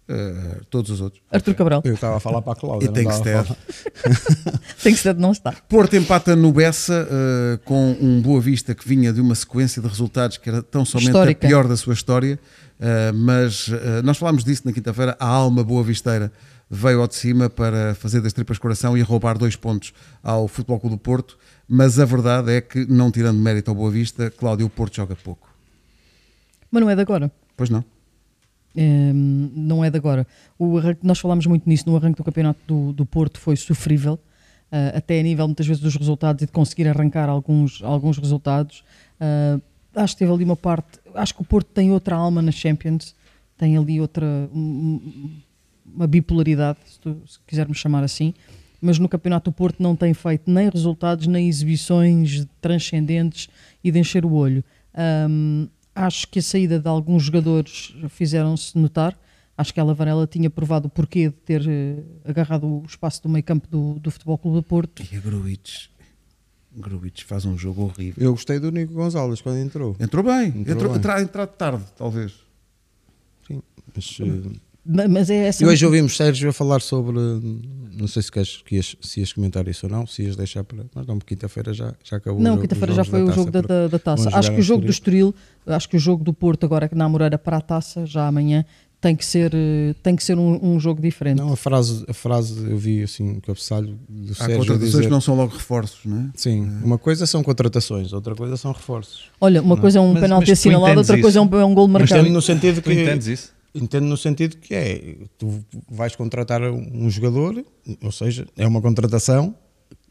S1: Eh, Todos os outros.
S4: Arthur Cabral.
S3: Eu estava a falar para a Cláudia.
S1: E tem que
S3: não estava a falar-
S4: Tem que ser de não estar.
S1: Porto empata no Bessa eh, com um Boa Vista que vinha de uma sequência de resultados que era tão somente
S4: Histórica.
S1: a pior da sua história, eh, mas eh, nós falámos disso na quinta-feira, a alma Boa Visteira veio ao de cima para fazer das tripas coração e roubar dois pontos ao Futebol Clube do Porto, mas a verdade é que, não tirando mérito ao Boa Vista, Cláudio, o Porto joga pouco.
S4: Mas não é de agora.
S1: Pois não?
S4: Hum, não é de agora. O arranque, nós falámos muito nisso no arranque do campeonato do, do Porto, foi sofrível, ah, até a nível muitas vezes dos resultados e de conseguir arrancar alguns, alguns resultados. Ah, acho que teve ali uma parte. Acho que o Porto tem outra alma na Champions, tem ali outra. um- um- uma bipolaridade, se, tu- se quisermos chamar assim. Mas no Campeonato do Porto não tem feito nem resultados, nem exibições transcendentes e de encher o olho. Hum, acho que a saída de alguns jogadores fizeram-se notar. Acho que a Lavarela tinha provado o porquê de ter eh, agarrado o espaço do meio campo do, do Futebol Clube do Porto.
S1: E a Gruitch, Gruitch faz um jogo horrível.
S3: Eu gostei do Nico Gonzalez quando entrou.
S1: Entrou bem,
S3: Entrou
S1: entrou,
S3: bem.
S1: entra- entrado tarde, talvez.
S3: Sim, mas, eh,
S4: Ma- Mas é essa
S3: e hoje ouvimos Sérgio a falar sobre. eh, Não sei se queres que ias, se ias comentar isso ou não, se ias deixar para. Mas não, quinta-feira já, já acabou. o
S4: Não,
S3: jogo-
S4: quinta-feira
S3: os
S4: já
S3: jogos
S4: foi o jogo da, da, da taça.
S3: Vamos
S4: Acho
S3: jogar
S4: que o
S3: ao
S4: jogo do
S3: Estoril.
S4: Estoril, acho que o jogo do Porto agora que na Moreira para a taça, já amanhã, tem que ser, eh, tem que ser um, um jogo diferente.
S3: Não, a frase, a frase eu vi assim, o cabeçalho do
S1: Há
S3: Sérgio a
S1: Ah, contratações
S3: dizer.
S1: que não são logo reforços, não é?
S3: Sim, uma coisa são contratações, outra coisa são reforços.
S4: Olha, uma coisa é um
S2: Mas-
S4: penalti
S2: mas tu
S4: assinalado,
S2: entendes
S4: outra coisa é um, é um gol
S3: Mas
S4: marcado.
S3: entendo no
S2: Tu
S3: sentido que.
S2: entendes isso?
S3: Entendo no sentido que é, tu vais contratar um jogador, ou seja, é uma contratação,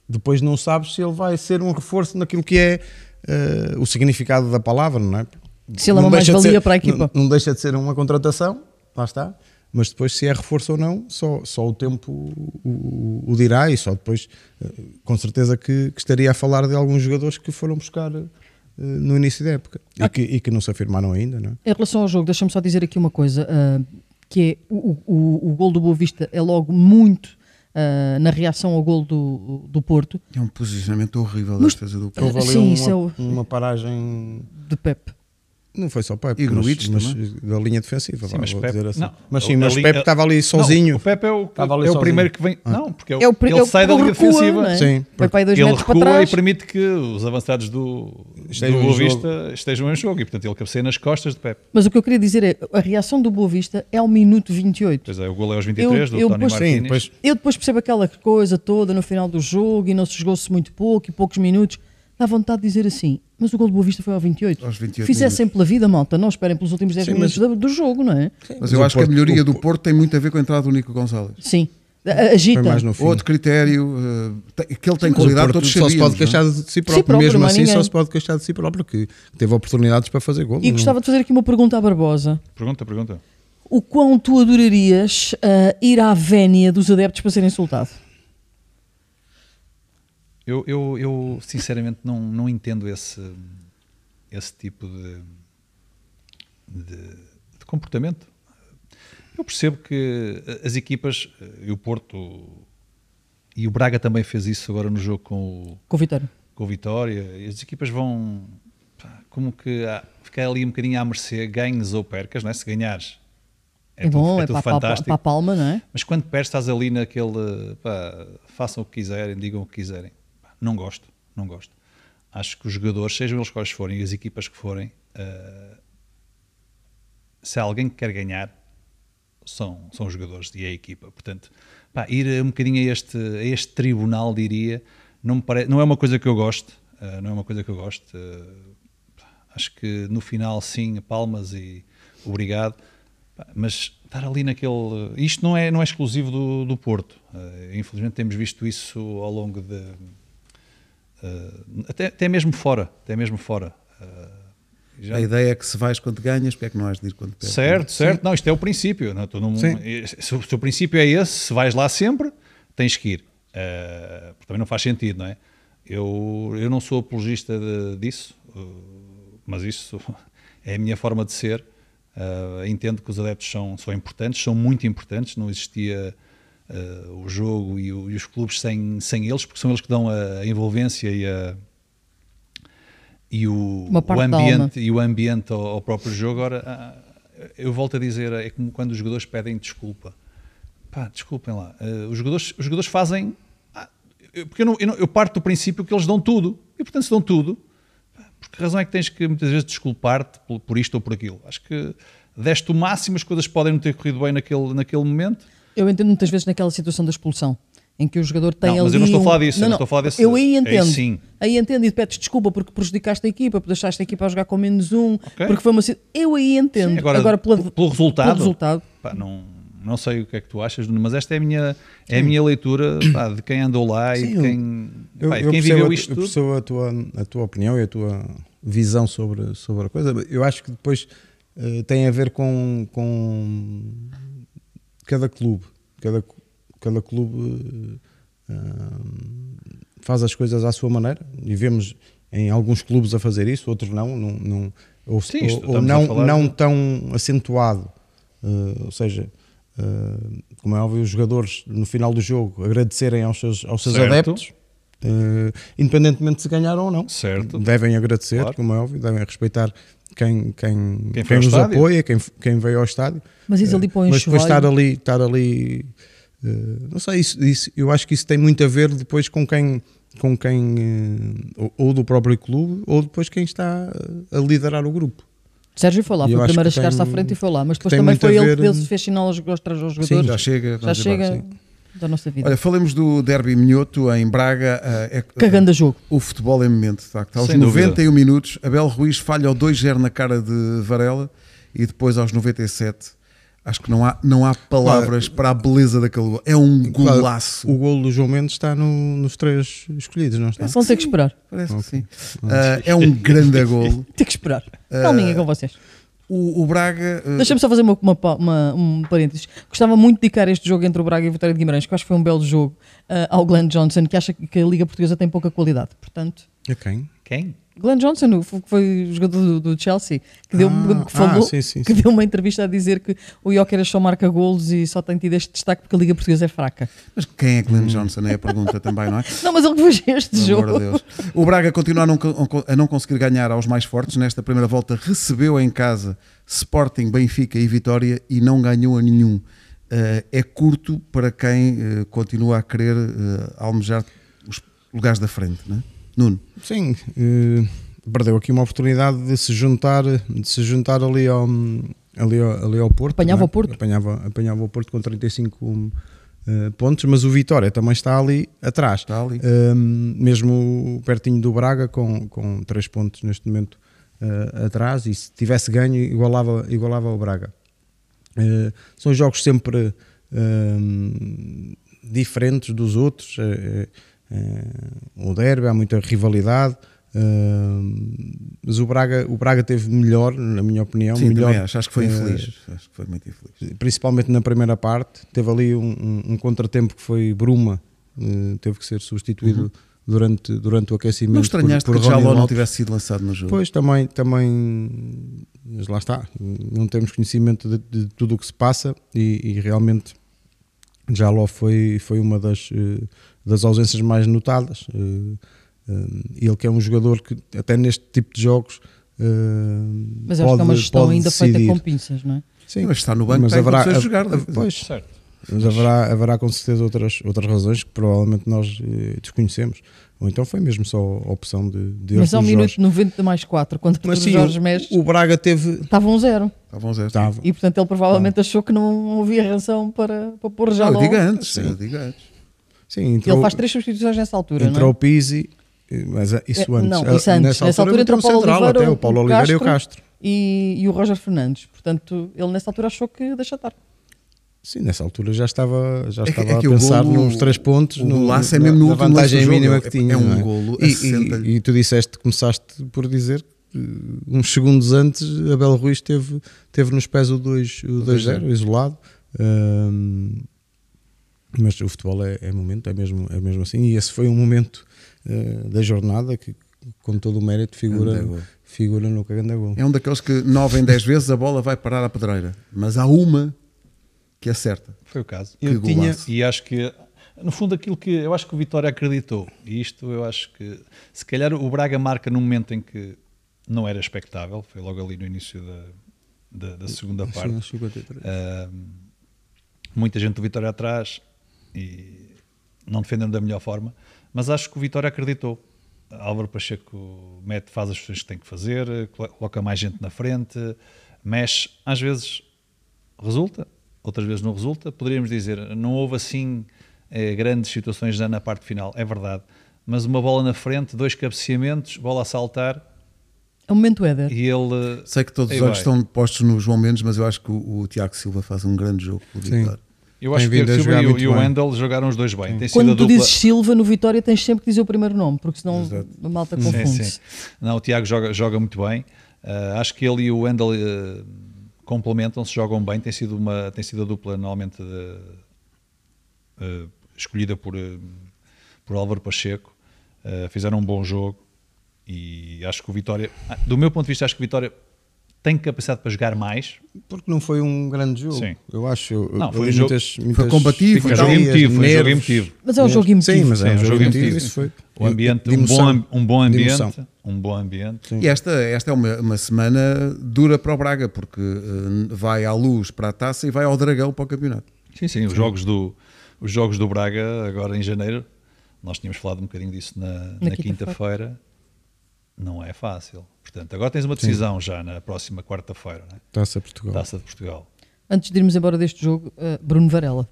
S3: depois não sabes se ele vai ser um reforço naquilo que é eh, o significado da palavra, não é?
S4: Se ele é
S3: Não
S4: uma
S3: deixa de
S4: mais-valia
S3: ser-
S4: para a equipa.
S3: Não, não deixa de ser uma contratação, lá está, mas depois se é reforço ou não, só, só o tempo o, o- o dirá e só depois, eh, com certeza que, que estaria a falar de alguns jogadores que foram buscar eh, no início da época e, que, e que não se afirmaram ainda, não é?
S4: Em relação ao jogo, deixa-me só dizer aqui uma coisa, ah, que é o, o, o gol do Boa Vista é logo muito ah, na reação ao gol do, do Porto,
S1: É um posicionamento horrível da defesa do Porto.
S3: Houve ali
S4: Sim,
S3: uma,
S4: isso é o-
S3: uma paragem.
S4: de Pepe.
S3: Não foi só Pepe,
S1: E
S3: mas-
S1: Gruitch
S3: mas,
S1: também.
S3: da linha defensiva.
S2: Sim,
S3: vá,
S2: mas
S3: vou
S2: Pepe,
S3: dizer assim.
S2: não.
S3: mas sim,
S2: A- a
S3: mas
S2: linha-
S3: Pepe estava ali sozinho.
S2: Não, o Pepe é o,
S3: Estava ali
S2: é o
S3: sozinho. Ah.
S2: primeiro que vem. Não, porque é o,
S4: É o, pri-
S2: ele
S4: é o-
S2: sai da linha
S4: recua,
S2: defensiva.
S4: não é?
S3: Sim,
S4: Foi para aí dois
S2: Ele
S4: metros para
S2: recua e
S4: trás.
S2: permite que os avançados do,
S3: Estejam
S2: do
S3: em
S2: Boa
S3: jogo.
S2: Vista estejam em jogo e, portanto, ele cabeceia nas costas de Pepe.
S4: Mas o que eu queria dizer é, a reação do Boa Vista é ao minuto 28.
S2: Pois é, o gol é aos 23
S4: Eu-
S2: do
S4: eu
S2: Tony
S4: depois-
S2: Martins.
S3: Sim, depois-
S4: Eu depois percebo aquela coisa toda no final do jogo e não se jogou-se muito pouco e poucos minutos. Dá vontade de dizer assim, mas o gol do Boa Vista foi ao 28.
S1: Aos 28
S4: Fizessem pela vida, malta, não esperem pelos últimos 10
S3: Sim,
S4: minutos do, do jogo, não é? Sim.
S1: Mas eu
S3: o
S1: acho
S3: Porto-
S1: que a melhoria
S3: o
S1: do
S3: Porto-
S1: Porto tem muito a ver com a entrada do Nico Gonçalves.
S4: A- Agita.
S3: Foi mais no fim.
S1: Outro critério, eh, te- que ele tem
S3: Mas o
S1: qualidade,
S3: Porto
S1: todos
S3: só
S1: sabíamos.
S3: se pode
S1: não é?
S3: queixar de si próprio,
S4: próprio,
S3: mesmo
S4: mas
S3: assim
S4: ninguém-
S3: só se pode queixar de si próprio, que teve oportunidades para fazer gol.
S4: E
S3: Não-
S4: gostava de fazer aqui uma pergunta à Barbosa.
S2: Pergunta, pergunta.
S4: O quão tu adorarias ah, ir à vénia dos adeptos para ser insultado?
S2: Eu, eu, eu sinceramente não, não entendo esse, esse tipo de, de- de comportamento. Eu percebo que as equipas, eh, e o Porto e o Braga também fez isso agora no jogo com o,
S4: Com o Vitória.
S2: com o Vitória, as equipas vão pá, como que à- ficar ali um bocadinho à mercê, ganhes ou percas, não é? se ganhares
S4: É, bom,
S2: tudo-
S4: é,
S2: tudo
S4: para, para-
S2: fantástico.
S4: para a palma, não é?
S2: Mas quando perdes, estás ali naquele pá, façam o que quiserem, digam o que quiserem. Pá, Não gosto, não gosto. Acho que os jogadores, sejam eles quais forem, e as equipas que forem, ah, se há alguém que quer ganhar, são, são os jogadores e é a equipa. Portanto, pá, ir um bocadinho a este, a este tribunal, diria, não, me pare- não é uma coisa que eu gosto. ah, não é uma coisa que eu gosto. ah, pá, acho que no final, sim, palmas e obrigado. Pá, Mas estar ali naquele. Isto não é, não é exclusivo do, do Porto. Ah, infelizmente, temos visto isso ao longo eh, de. ah, até, até mesmo fora. Até mesmo fora. Ah, Já-
S1: A ideia é que se vais quando ganhas, porque é que não has de ir quando perdes?
S2: Certo, certo. Não, isto é o princípio. Não? é? Tu não-
S1: Sim.
S2: se, o- se o princípio é esse, se vais lá sempre, tens que ir. Ah, porque também não faz sentido, não é? Eu, eu não sou apologista de- disso, uh, mas isso é a minha forma de ser. Ah, entendo que os adeptos são, são importantes, são muito importantes. Não existia ah, o jogo e, o- e os clubes sem, sem eles, porque são eles que dão a, a envolvência e a, e o,
S4: Uma parte
S2: o
S4: da alma.
S2: ambiente, e o ambiente ao, ao próprio jogo. Ora, ah, eu volto a dizer, é como quando os jogadores pedem desculpa. Pá, desculpem lá. ah, os, jogadores, os jogadores fazem. ah, eu- porque eu, não- eu não- eu parto do princípio que eles dão tudo. E portanto, se dão tudo, pá, por que razão é que tens que muitas vezes desculpar-te por, por isto ou por aquilo? Acho que deste o máximo, as coisas podem não ter corrido bem naquele, naquele momento.
S4: Eu entendo muitas vezes naquela situação da expulsão, em que o jogador tem
S2: Não,
S4: ali.
S2: mas eu não estou a
S4: um-
S2: falar disso, eu não estou a falar desse-
S4: Eu
S2: aí
S4: aí entendo.
S2: sim.
S4: Aí entendo e pedes desculpa porque prejudicaste a equipa, porque deixaste a equipa a jogar com menos um,
S2: Ok.
S4: porque foi uma. si- Eu aí entendo.
S2: Agora,
S4: pela-
S2: pelo, pelo resultado,
S4: pelo resultado.
S2: pá, não, não sei o que é que tu achas, Nuno, mas esta é a minha, é a minha leitura pá, de quem andou lá e
S3: Sim,
S2: de quem, pá, e de quem
S3: percebo
S2: viveu
S3: a-
S2: isto
S3: eu
S2: tudo.
S3: percebo a tua, a tua opinião e a tua visão sobre, sobre a coisa. Eu acho que depois eh, tem a ver com, com cada clube. Cada, cu- cada clube eh, ah, faz as coisas à sua maneira e vemos em alguns clubes a fazer isso, outros não. não, não ou
S2: Sim,
S3: ou-
S2: isto
S3: ou
S2: estamos a
S3: não,
S2: falar
S3: não
S2: de-
S3: tão acentuado. Eh, ou seja, eh, como é óbvio, os jogadores no final do jogo agradecerem aos seus, aos seus
S2: Certo.
S3: adeptos, eh, independentemente de se ganharam ou não.
S2: Certo.
S3: Devem agradecer,
S2: Claro.
S3: como é óbvio, devem respeitar quem, quem,
S2: Quem foi
S3: quem,
S2: ao
S3: nos
S2: estádio.
S3: apoia, quem, quem veio ao estádio.
S4: Mas
S2: É.
S4: isso ali
S3: Eh,
S4: para o
S3: Mas depois
S4: enxovalho.
S3: estar ali, estar ali eh, não sei, isso, isso- eu acho que isso tem muito a ver depois com quem, com quem eh, ou, ou do próprio clube, ou depois quem está eh, a liderar o grupo.
S4: Sérgio foi lá,
S3: Eu
S4: foi o
S3: acho
S4: primeiro a
S3: que
S4: chegar-se à
S3: tem-
S4: frente e foi lá, mas depois
S3: tem
S4: também
S3: muito a
S4: foi ele
S3: ver- um-
S4: que deu- fez sinal aos, aos aos jogadores.
S1: já chega,
S4: Já
S1: vamos embora,
S4: chega da nossa vida.
S1: Olha, falamos do derby minhoto em Braga. ah, é-
S3: eh,
S4: Cagando a jogo.
S1: O futebol é momento, de facto. Aos
S2: Sem
S1: 91 minutos, Abel Ruiz falha o 2-0 na cara de Varela e depois aos 97. Acho que não há, não há palavras para a beleza daquele gol. É um
S3: Claro,
S1: golaço.
S3: O golo do João Mendes está no- nos três escolhidos, não está?
S4: Vão ter que esperar.
S1: Parece que sim. Ah, é um grande golo.
S4: Ter que esperar.
S3: Eh,
S4: Calminha com vocês.
S1: O, o Braga. ah,
S4: Deixa-me só fazer uma, uma pa- uma- um parênteses. Gostava muito de dedicar este jogo entre o Braga e o Vitória de Guimarães, que eu acho que foi um belo jogo, ah, ao Glenn Johnson, que acha que a Liga Portuguesa tem pouca qualidade. Portanto,
S3: A quem?
S2: Quem?
S4: Glenn Johnson, o f- que foi o jogador do, do Chelsea, que, deu,
S3: Ah,
S4: que falou,
S3: ah, sim, sim,
S4: que
S3: sim.
S4: deu uma entrevista a dizer que o Jokeres só marca golos e só tem tido este destaque porque a Liga Portuguesa é fraca.
S1: Mas quem é Glenn Johnson? É a pergunta também, não é?
S4: Não, mas ele fez este
S1: Pelo amor
S4: jogo.
S1: de Deus. O Braga continua a não, co- a não conseguir ganhar aos mais fortes. Nesta primeira volta recebeu em casa Sporting, Benfica e Vitória e não ganhou a nenhum. Eh, é curto para quem eh, continua a querer eh, almejar os lugares da frente, não é? Nuno,
S3: Sim, eh, perdeu aqui uma oportunidade de se juntar, de se juntar ali ao, ali ao, ali ao Porto.
S4: Apanhava
S3: não é?
S4: o Porto.
S3: Apanhava, apanhava o Porto com 35 eh, pontos, mas o Vitória também está ali atrás.
S1: Está ali.
S3: Eh, mesmo pertinho do Braga, com, com 3 pontos neste momento eh, atrás, e se tivesse ganho, igualava, igualava o Braga. Eh, são jogos sempre eh, diferentes dos outros. eh, eh, o derby, há muita rivalidade. eh, mas o Braga, o Braga teve melhor, na minha opinião.
S1: sim,
S3: É melhor,
S1: também acho. Acho que foi
S3: eh,
S1: infeliz. Acho que foi muito infeliz.
S3: principalmente na primeira parte. Teve ali um, um- um contratempo que foi Bruma, eh, teve que ser substituído durante, durante o aquecimento.
S1: Uhum. Não estranhaste
S3: por, por
S1: que já
S3: Ronnie
S1: não
S3: Lopes.
S1: tivesse sido lançado no jogo.
S3: Pois também, também, mas lá está, não temos conhecimento de, de tudo o que se passa e, e realmente já Ló foi, foi uma das, eh, das ausências mais notadas. Eh, eh, Ele que é um jogador que até neste tipo de jogos eh,
S4: Mas eu
S3: pode,
S4: acho que é uma gestão
S3: pode
S4: ainda
S3: decidir.
S4: feita com pinças, não é?
S3: Sim,
S1: Mas está no banco, tem condições de jogar, né?
S3: ah,
S1: deve-
S3: pois,
S2: Certo.
S3: mas haverá, haverá com certeza outras, outras razões que provavelmente nós eh, desconhecemos. Ou então foi mesmo só a opção de, de
S4: Mas ao
S3: Arthur Jorge.
S4: minuto 90 mais 4, quando
S3: Mas
S4: o
S3: sim,
S4: Jorge
S3: o,
S4: mexe,
S3: o Braga teve.
S4: estava um zero.
S1: Estavam a zero.
S3: Estava.
S4: E portanto ele provavelmente achou que não havia razão para, para pôr já
S1: Não, eu
S4: logo.
S1: digo antes.
S3: Sim.
S1: eu digo antes.
S3: Sim, entrou,
S4: Ele faz três substituições nessa altura,
S3: entrou
S4: não é?
S3: o Pizzi, eh, mas eh, isso
S4: É,
S3: antes.
S4: não,
S3: Ah,
S4: isso antes. Nessa altura entrou
S3: um
S4: o Paulo
S3: central
S4: Oliveira,
S3: até,
S4: o
S3: o Paulo Oliveira e o
S4: Castro.
S3: Castro.
S4: E, e o Roger Fernandes. Portanto, ele nessa altura achou que deixa estar.
S3: Sim, nessa altura já estava, já
S1: É que-
S3: estava
S1: é que
S3: a
S1: o
S3: pensar
S1: golo-
S3: nos três pontos.
S1: o golaço é mesmo no
S3: na
S1: último lance do
S3: vantagem
S1: jogo,
S3: mínima
S1: é-
S3: que tinha.
S1: é um
S3: não
S1: golo a
S3: E,
S1: 60.
S3: e, e tu disseste, começaste por dizer eh, uns segundos antes, Abel Ruiz teve, teve nos pés o 2-0, o 2-0, isolado. Ahm, mas o futebol é, é momento, é mesmo, é mesmo assim. E esse foi um momento eh, da jornada que, com todo o mérito, figura,
S1: Ganda gol.
S3: figura no Cagandagol.
S1: É um daqueles que 9 em 10 vezes a bola vai parar à pedreira. Mas há uma que é certa.
S2: Foi o caso.
S1: Eu Que tinha- golaço.
S2: E acho que, no fundo, aquilo que eu acho que o Vitória acreditou, e isto eu acho que, se calhar, o Braga marca num momento em que não era expectável, foi logo ali no início da, da, da segunda parte.
S3: aos 53.
S2: Ahm, muita gente do Vitória atrás e não defendendo da melhor forma, mas acho que o Vitória acreditou. Álvaro Pacheco mete, faz as coisas que tem que fazer, colo- coloca mais gente na frente, mexe. Às vezes resulta, outras vezes não resulta. Poderíamos dizer, não houve assim eh, grandes situações já na parte final, é verdade. Mas uma bola na frente, dois cabeceamentos, bola a saltar
S4: É o momento Éder.
S2: e ele. eh,
S1: Sei que todos
S2: Aí
S1: os olhos
S2: vai.
S1: estão postos no João Mendes, mas eu acho que o, o Tiago Silva faz um grande jogo pelo
S3: Sim.
S1: Vitória.
S2: Eu acho que
S3: Tem
S2: o
S3: vindo a
S2: Silva
S3: jogar
S2: e o,
S3: muito
S2: e o
S3: bem.
S2: Wendel jogaram os dois bem. Tem sido a
S4: Quando tu
S2: dupla.
S4: dizes Silva no Vitória, tens sempre que dizer o primeiro nome, porque senão a malta
S2: Sim,
S4: confunde-se.
S2: sim. Não, o Tiago joga, joga muito bem. Ah, acho que ele e o Wendel eh, complementam-se, jogam bem. Tem sido, uma, tem sido a dupla normalmente de- eh, escolhida por, eh, por Álvaro Pacheco. Eh, fizeram um bom jogo e acho que o Vitória, ah, do meu ponto de vista, acho que o Vitória tem capacidade para jogar mais.
S3: Porque não foi um grande jogo,
S2: Sim.
S3: eu acho. Eu-
S2: Não,
S3: eu
S2: foi
S3: li
S2: um jogo-
S3: muitas-
S1: foi combativo,
S2: Foi um
S1: Vitória,
S2: jogo
S3: teorias,
S2: emotivo, foi um jogo
S3: nervos.
S2: emotivo.
S4: Mas é um jogo emotivo.
S3: Sim, mas é
S2: Sim,
S3: um jogo emotivo.
S2: emotivo.
S3: Isso foi.
S2: O ambiente,
S3: De
S2: um bom,
S3: emoção.
S2: am- um bom
S3: De emoção.
S2: ambiente, um bom ambiente.
S1: E esta, esta é uma, uma semana dura para o Braga, porque eh, vai à luz para a taça e vai ao Dragão para o campeonato.
S2: Sim, sim, os jogos do, os jogos do Braga agora em janeiro, nós tínhamos falado um bocadinho disso na, na,
S4: quinta-feira.
S2: quinta-feira, não é fácil. Portanto, agora tens uma decisão já na próxima quarta-feira, né?
S3: Taça Portugal.
S2: Taça de Portugal.
S4: Antes de irmos embora deste jogo, eh, Bruno Varela.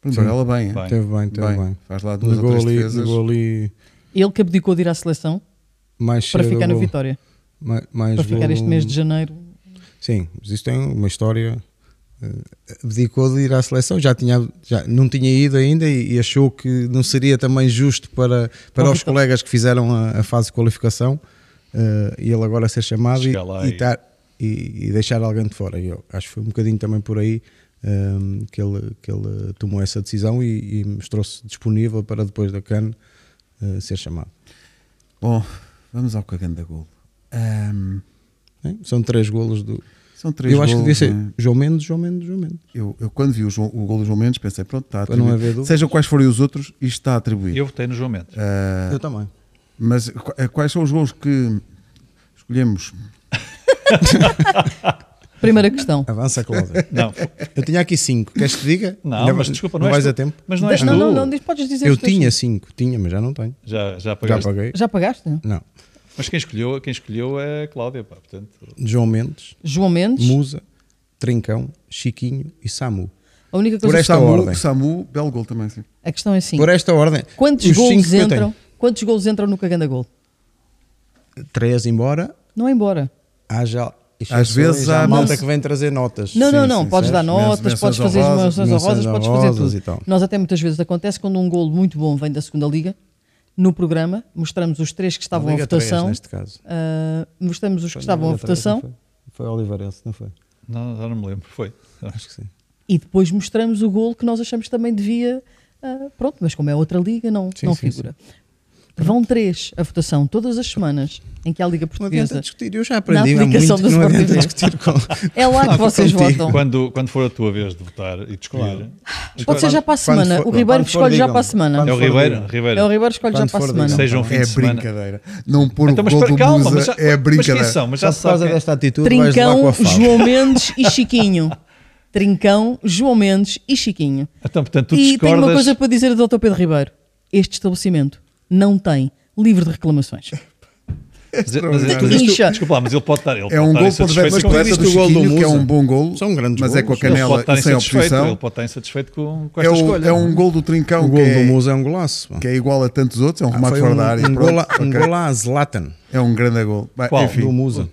S1: Primeiro, ela é bem, hein?
S2: Bem.
S3: Teve bem, teve
S1: Bem,
S3: bem.
S1: faz lá duas ou três
S3: ali,
S1: defesas.
S3: negou ali
S4: Ele que abdicou de ir à seleção
S3: mais
S4: para
S3: cedo
S4: ficar no
S3: golo-
S4: Vitória,
S3: ma- Mais
S4: para ficar
S3: golo-
S4: este mês de janeiro.
S3: Sim, mas isto tem uma história. eh, Abdicou de ir à seleção, já, tinha, já não tinha ido ainda e, e achou que não seria também justo para, para
S4: Para o
S3: os
S4: Vitória.
S3: colegas que fizeram a, a fase de qualificação eh, e ele agora ser chamado e,
S2: Chegar lá
S3: e
S2: e-
S3: tar- e- e deixar alguém de fora. E eu acho que foi um bocadinho também por aí ehm, que, ele, que ele tomou essa decisão e, e mostrou-se disponível para depois da CAN eh, ser chamado.
S1: Bom, vamos ao cagando da golo. Ahm,
S3: Hein? São três golos do.
S1: são três
S3: eu acho
S1: golos,
S3: que devia ser
S1: não é?
S3: João Mendes, João Mendes, João Mendes.
S1: Eu, eu quando vi o, João, o golo do João Mendes pensei, pronto, está
S3: Para não haver
S1: atribuído.
S3: dúvidas.
S1: Sejam quais forem os outros, isto está atribuído.
S2: Eu votei no João Mendes.
S1: Ah,
S3: Eu também.
S1: mas qu- eh, quais são os golos que escolhemos?
S4: Primeira questão.
S3: Avança, Cláudia.
S2: Não,
S3: Eu tinha aqui cinco. Queres que te diga?
S2: não,
S3: Ainda-
S2: mas desculpa, não, és
S3: vais
S2: tu.
S3: a tempo.
S2: Mas não és
S4: não, é assim.
S2: tu. assim.
S4: não, não, diz, podes dizer
S3: Eu
S4: as tuas-
S3: tinha cinco, tinha, mas já não tenho.
S2: Já, já
S3: Já
S2: pagaste.
S3: paguei.
S4: Já pagaste?
S3: Não.
S2: Mas quem escolheu, quem escolheu é a Cláudia, pá. Portanto,
S3: João Mendes,
S4: João Mendes.
S3: Musa, Trincão, Chiquinho e Samu.
S4: A única
S3: Por
S4: coisa
S3: esta
S1: Samu,
S3: ordem.
S1: Samu, belo gol também, sim.
S4: A questão é assim:
S3: Por esta ordem.
S4: quantos
S3: os cinco
S4: golos
S3: que eu
S4: entram? Quantos golos entram no Caganda Gol?
S3: tenho. Três, embora.
S4: Não é embora.
S3: Haja.
S1: Às vezes há
S3: há malta
S1: mens-
S3: que vem trazer notas.
S4: Não, não,
S1: Sim,
S4: não.
S1: sim,
S4: podes
S1: sim.
S4: dar notas,
S1: Menções
S4: podes fazer as
S1: honrosas,
S4: menções honrosas,
S3: menções
S4: podes fazer
S3: honrosas
S4: tudo.
S3: e tal.
S4: Nós até muitas vezes acontece quando um golo muito bom vem da segunda liga, no programa mostramos os três que estavam à
S3: Liga três,
S4: votação,
S3: neste caso.
S4: ah, mostramos os que estavam à
S3: Liga três, não
S4: votação
S3: Foi, foi Oliveirense, não foi?
S2: não, já não me lembro. Foi.
S3: Acho que sim.
S4: e depois mostramos o golo que nós achamos que também devia. ah, pronto, mas como é outra liga, não,
S3: Sim,
S4: não
S3: sim,
S4: figura. Vão três à votação todas as semanas em que há a Liga
S3: Não adianta
S4: Portuguesa.
S3: discutir, eu já aprendi
S4: Na
S3: há muito
S4: aplicação
S3: que
S4: do
S3: não adianta
S4: Sporting.
S3: discutir com.
S4: É lá que
S3: Não,
S4: vocês
S3: contigo.
S4: votam.
S2: Quando, quando for a tua vez de votar e de escolher,
S4: Pode ser já para a
S3: Quando
S4: semana.
S3: for-
S4: o Ribeiro
S3: quando for,
S4: escolhe já
S3: digam.
S4: para a semana.
S2: é o
S3: quando for,
S2: Ribeiro.
S3: diga.
S2: Ribeiro.
S4: É o Ribeiro escolhe já
S3: Quando
S4: para a
S3: for,
S4: semana.
S3: digam.
S2: Seja um fim
S1: É
S2: de semana.
S1: brincadeira. Não pôr
S2: Então,
S1: o
S2: mas
S1: gol do
S2: para- calma,
S1: Musa
S2: mas já,
S1: é
S2: Mas, quem
S1: brincadeira.
S2: são? mas
S3: Só
S2: já
S3: por causa
S2: sabe é- quem-
S3: desta atitude, vais lá com
S4: Trincão,
S3: a fala.
S4: João Mendes e Chiquinho. Trincão, João Mendes e Chiquinho.
S2: Então, portanto, tu
S4: e tenho uma
S2: discordas-
S4: coisa para dizer do Dr. Pedro Ribeiro. Este estabelecimento não tem livre de reclamações.
S2: Mas- mas- mas
S4: Extraordinário.
S2: isto-
S4: Incha.
S2: Desculpa lá, mas ele pode estar. Ele
S1: É um gol
S2: pode
S1: para
S2: estar
S1: o Mas
S2: insatisfeito com
S1: completa
S2: isso.
S3: isso.
S1: do
S3: Viste o gol do
S1: Chiquinho, que é
S3: Musa?
S1: um bom gol,
S3: São grandes
S1: mas é com a
S3: golos.
S2: Ele pode
S1: canela
S2: estar
S1: e sem
S2: insatisfeito.
S1: oposição.
S2: Ele pode estar insatisfeito com, com
S1: É,
S2: esta
S1: o-
S2: escolha.
S1: é um gol do Trincão que,
S3: O gol
S1: é,
S3: do Musa é um golaço. pá.
S1: que é igual a tantos outros, é um
S3: Ah,
S1: remate
S3: foi
S1: fora
S3: um,
S1: da área.
S3: um,
S1: pronto,
S3: gola, um
S1: ok.
S3: golo à Zlatan
S1: É um grande gol. Bem,
S2: Qual?
S1: enfim.
S3: do Musa.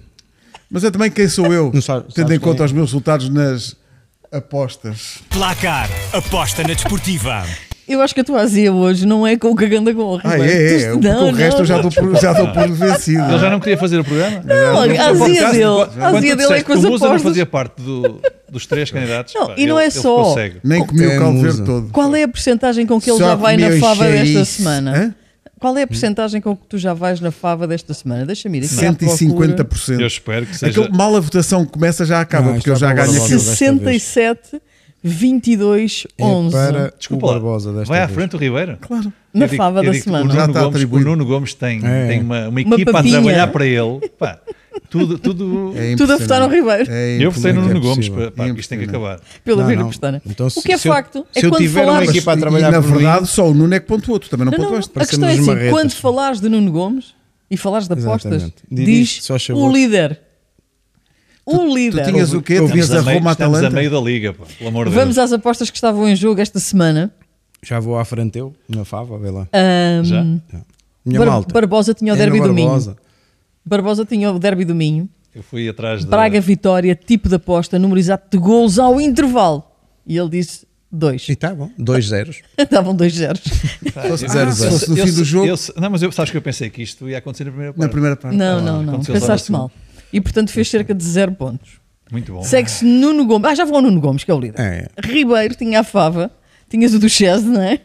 S1: Mas é também quem sou eu,
S3: Não sabe-
S1: tendo
S3: sabes
S1: em conta
S3: quem é.
S1: os meus resultados nas apostas.
S5: Placar. Aposta na desportiva.
S4: Eu acho que a tua azia hoje não é com o Caganda com o
S1: Ah, é, é. Porque o resto eu já dou por, já dou por vencido.
S2: Ele já não queria fazer o programa?
S4: Não, a
S2: No
S4: azia
S2: podcast,
S4: dele,
S2: quando-
S4: a
S2: quando
S4: azia
S2: tu
S4: dele é
S2: disseste
S4: com
S2: que
S4: as
S2: o Musa não
S4: apostas.
S2: fazia parte do- dos três candidatos.
S4: Não,
S2: pá,
S4: e não
S2: ele-
S4: é
S2: ele
S4: só-
S2: ficou cego.
S1: Nem comi o
S3: É
S1: caldo
S3: musa.
S1: verde todo.
S4: Qual é a porcentagem com que ele
S1: Só
S4: já vai na
S1: comeu
S4: fava desta
S1: cheirice.
S4: semana?
S1: Hã?
S4: Qual é a porcentagem com que tu já vais na fava desta semana? Deixa-me ir aqui à procura.
S1: 150%.
S2: Eu espero que seja.
S1: Aquele É mal a votação que começa já acaba,
S3: Não,
S1: porque
S3: isto
S1: eu
S3: é
S1: já
S3: para
S1: ganho
S3: bola
S1: aquilo.
S3: desta vez.
S4: 67, 22, 11.
S3: É para
S2: Desculpa
S3: o
S2: lá,
S3: Barbosa desta
S2: vai à
S3: vez.
S2: frente o Ribeiro.
S1: Claro.
S4: Na
S2: Eu digo-
S4: fava
S2: eu
S4: da
S2: digo que
S4: semana.
S2: O Nuno,
S1: Já está
S2: Gomes,
S1: atribuído.
S2: o Nuno Gomes tem,
S3: É.
S2: tem uma, uma
S4: Uma
S2: equipa
S4: papinha.
S2: a trabalhar para ele. Pá, tudo. tudo...
S1: É
S4: Tudo a votar no
S1: impressionante.
S4: Ribeiro.
S1: É
S2: eu votei
S1: impressionante.
S2: no Nuno
S3: é
S2: Gomes.
S3: possível.
S2: Pá, pá,
S1: É
S2: isto tem que acabar.
S4: Pela
S3: Não,
S4: vida
S3: não.
S4: Pestana.
S3: Então,
S4: o que é
S3: se eu-
S4: facto é
S3: se eu
S4: quando
S3: tiver uma
S4: falares...
S1: Mas,
S3: equipa a trabalhar
S1: e, na
S3: por mim-
S1: verdade, só o Nuno é que pontuou, tu também não,
S4: Não, não,
S1: pontuaste.
S4: a questão é
S3: Parecemos
S4: assim,
S3: marretas.
S4: quando falares de Nuno Gomes e falares de apostas,
S3: Exatamente. Diz
S4: diz
S3: isto, só
S4: o
S3: favor.
S4: líder. O líder.
S1: Tu tinhas o quê?
S3: Houve-
S1: Tinhas
S2: Estamos
S1: a
S2: a meio-
S1: Roma
S2: estamos a
S1: Atalanta?
S2: meio da liga, pá, pelo amor de Deus.
S4: Vamos às apostas que estavam em jogo esta semana.
S3: Já vou à frente eu, na fava, vê lá.
S4: Ahm,
S2: Já?
S3: Minha
S4: É. Bar-
S3: malta.
S4: Barbosa tinha o
S3: É
S4: derby
S3: no
S4: do Minho.
S3: Barbosa.
S4: Barbosa tinha o derby do Minho.
S2: Eu fui atrás da.
S4: Braga Vitória, tipo de aposta, número exato de gols ao intervalo. E ele disse dois.
S3: E tá bom, dois zeros.
S4: Estavam dois zeros.
S1: fosse-
S3: zero,
S1: ah, se
S3: zero.
S1: fosse no
S2: Eu-
S1: fim do
S2: eu-
S1: jogo,
S2: eu- não, mas eu, sabes que eu pensei que isto ia acontecer na primeira parte.
S1: na primeira parte.
S4: Não,
S2: Ah,
S4: não, não.
S2: aconteceu lá no
S4: Pensaste
S2: segundo.
S4: mal. E portanto fez cerca de zero pontos.
S2: Muito bom.
S4: Segue-se Nuno Gomes. Ah, já vou ao Nuno Gomes, que é o líder.
S3: É.
S4: Ribeiro tinha a fava. Tinhas o do Chese, não é?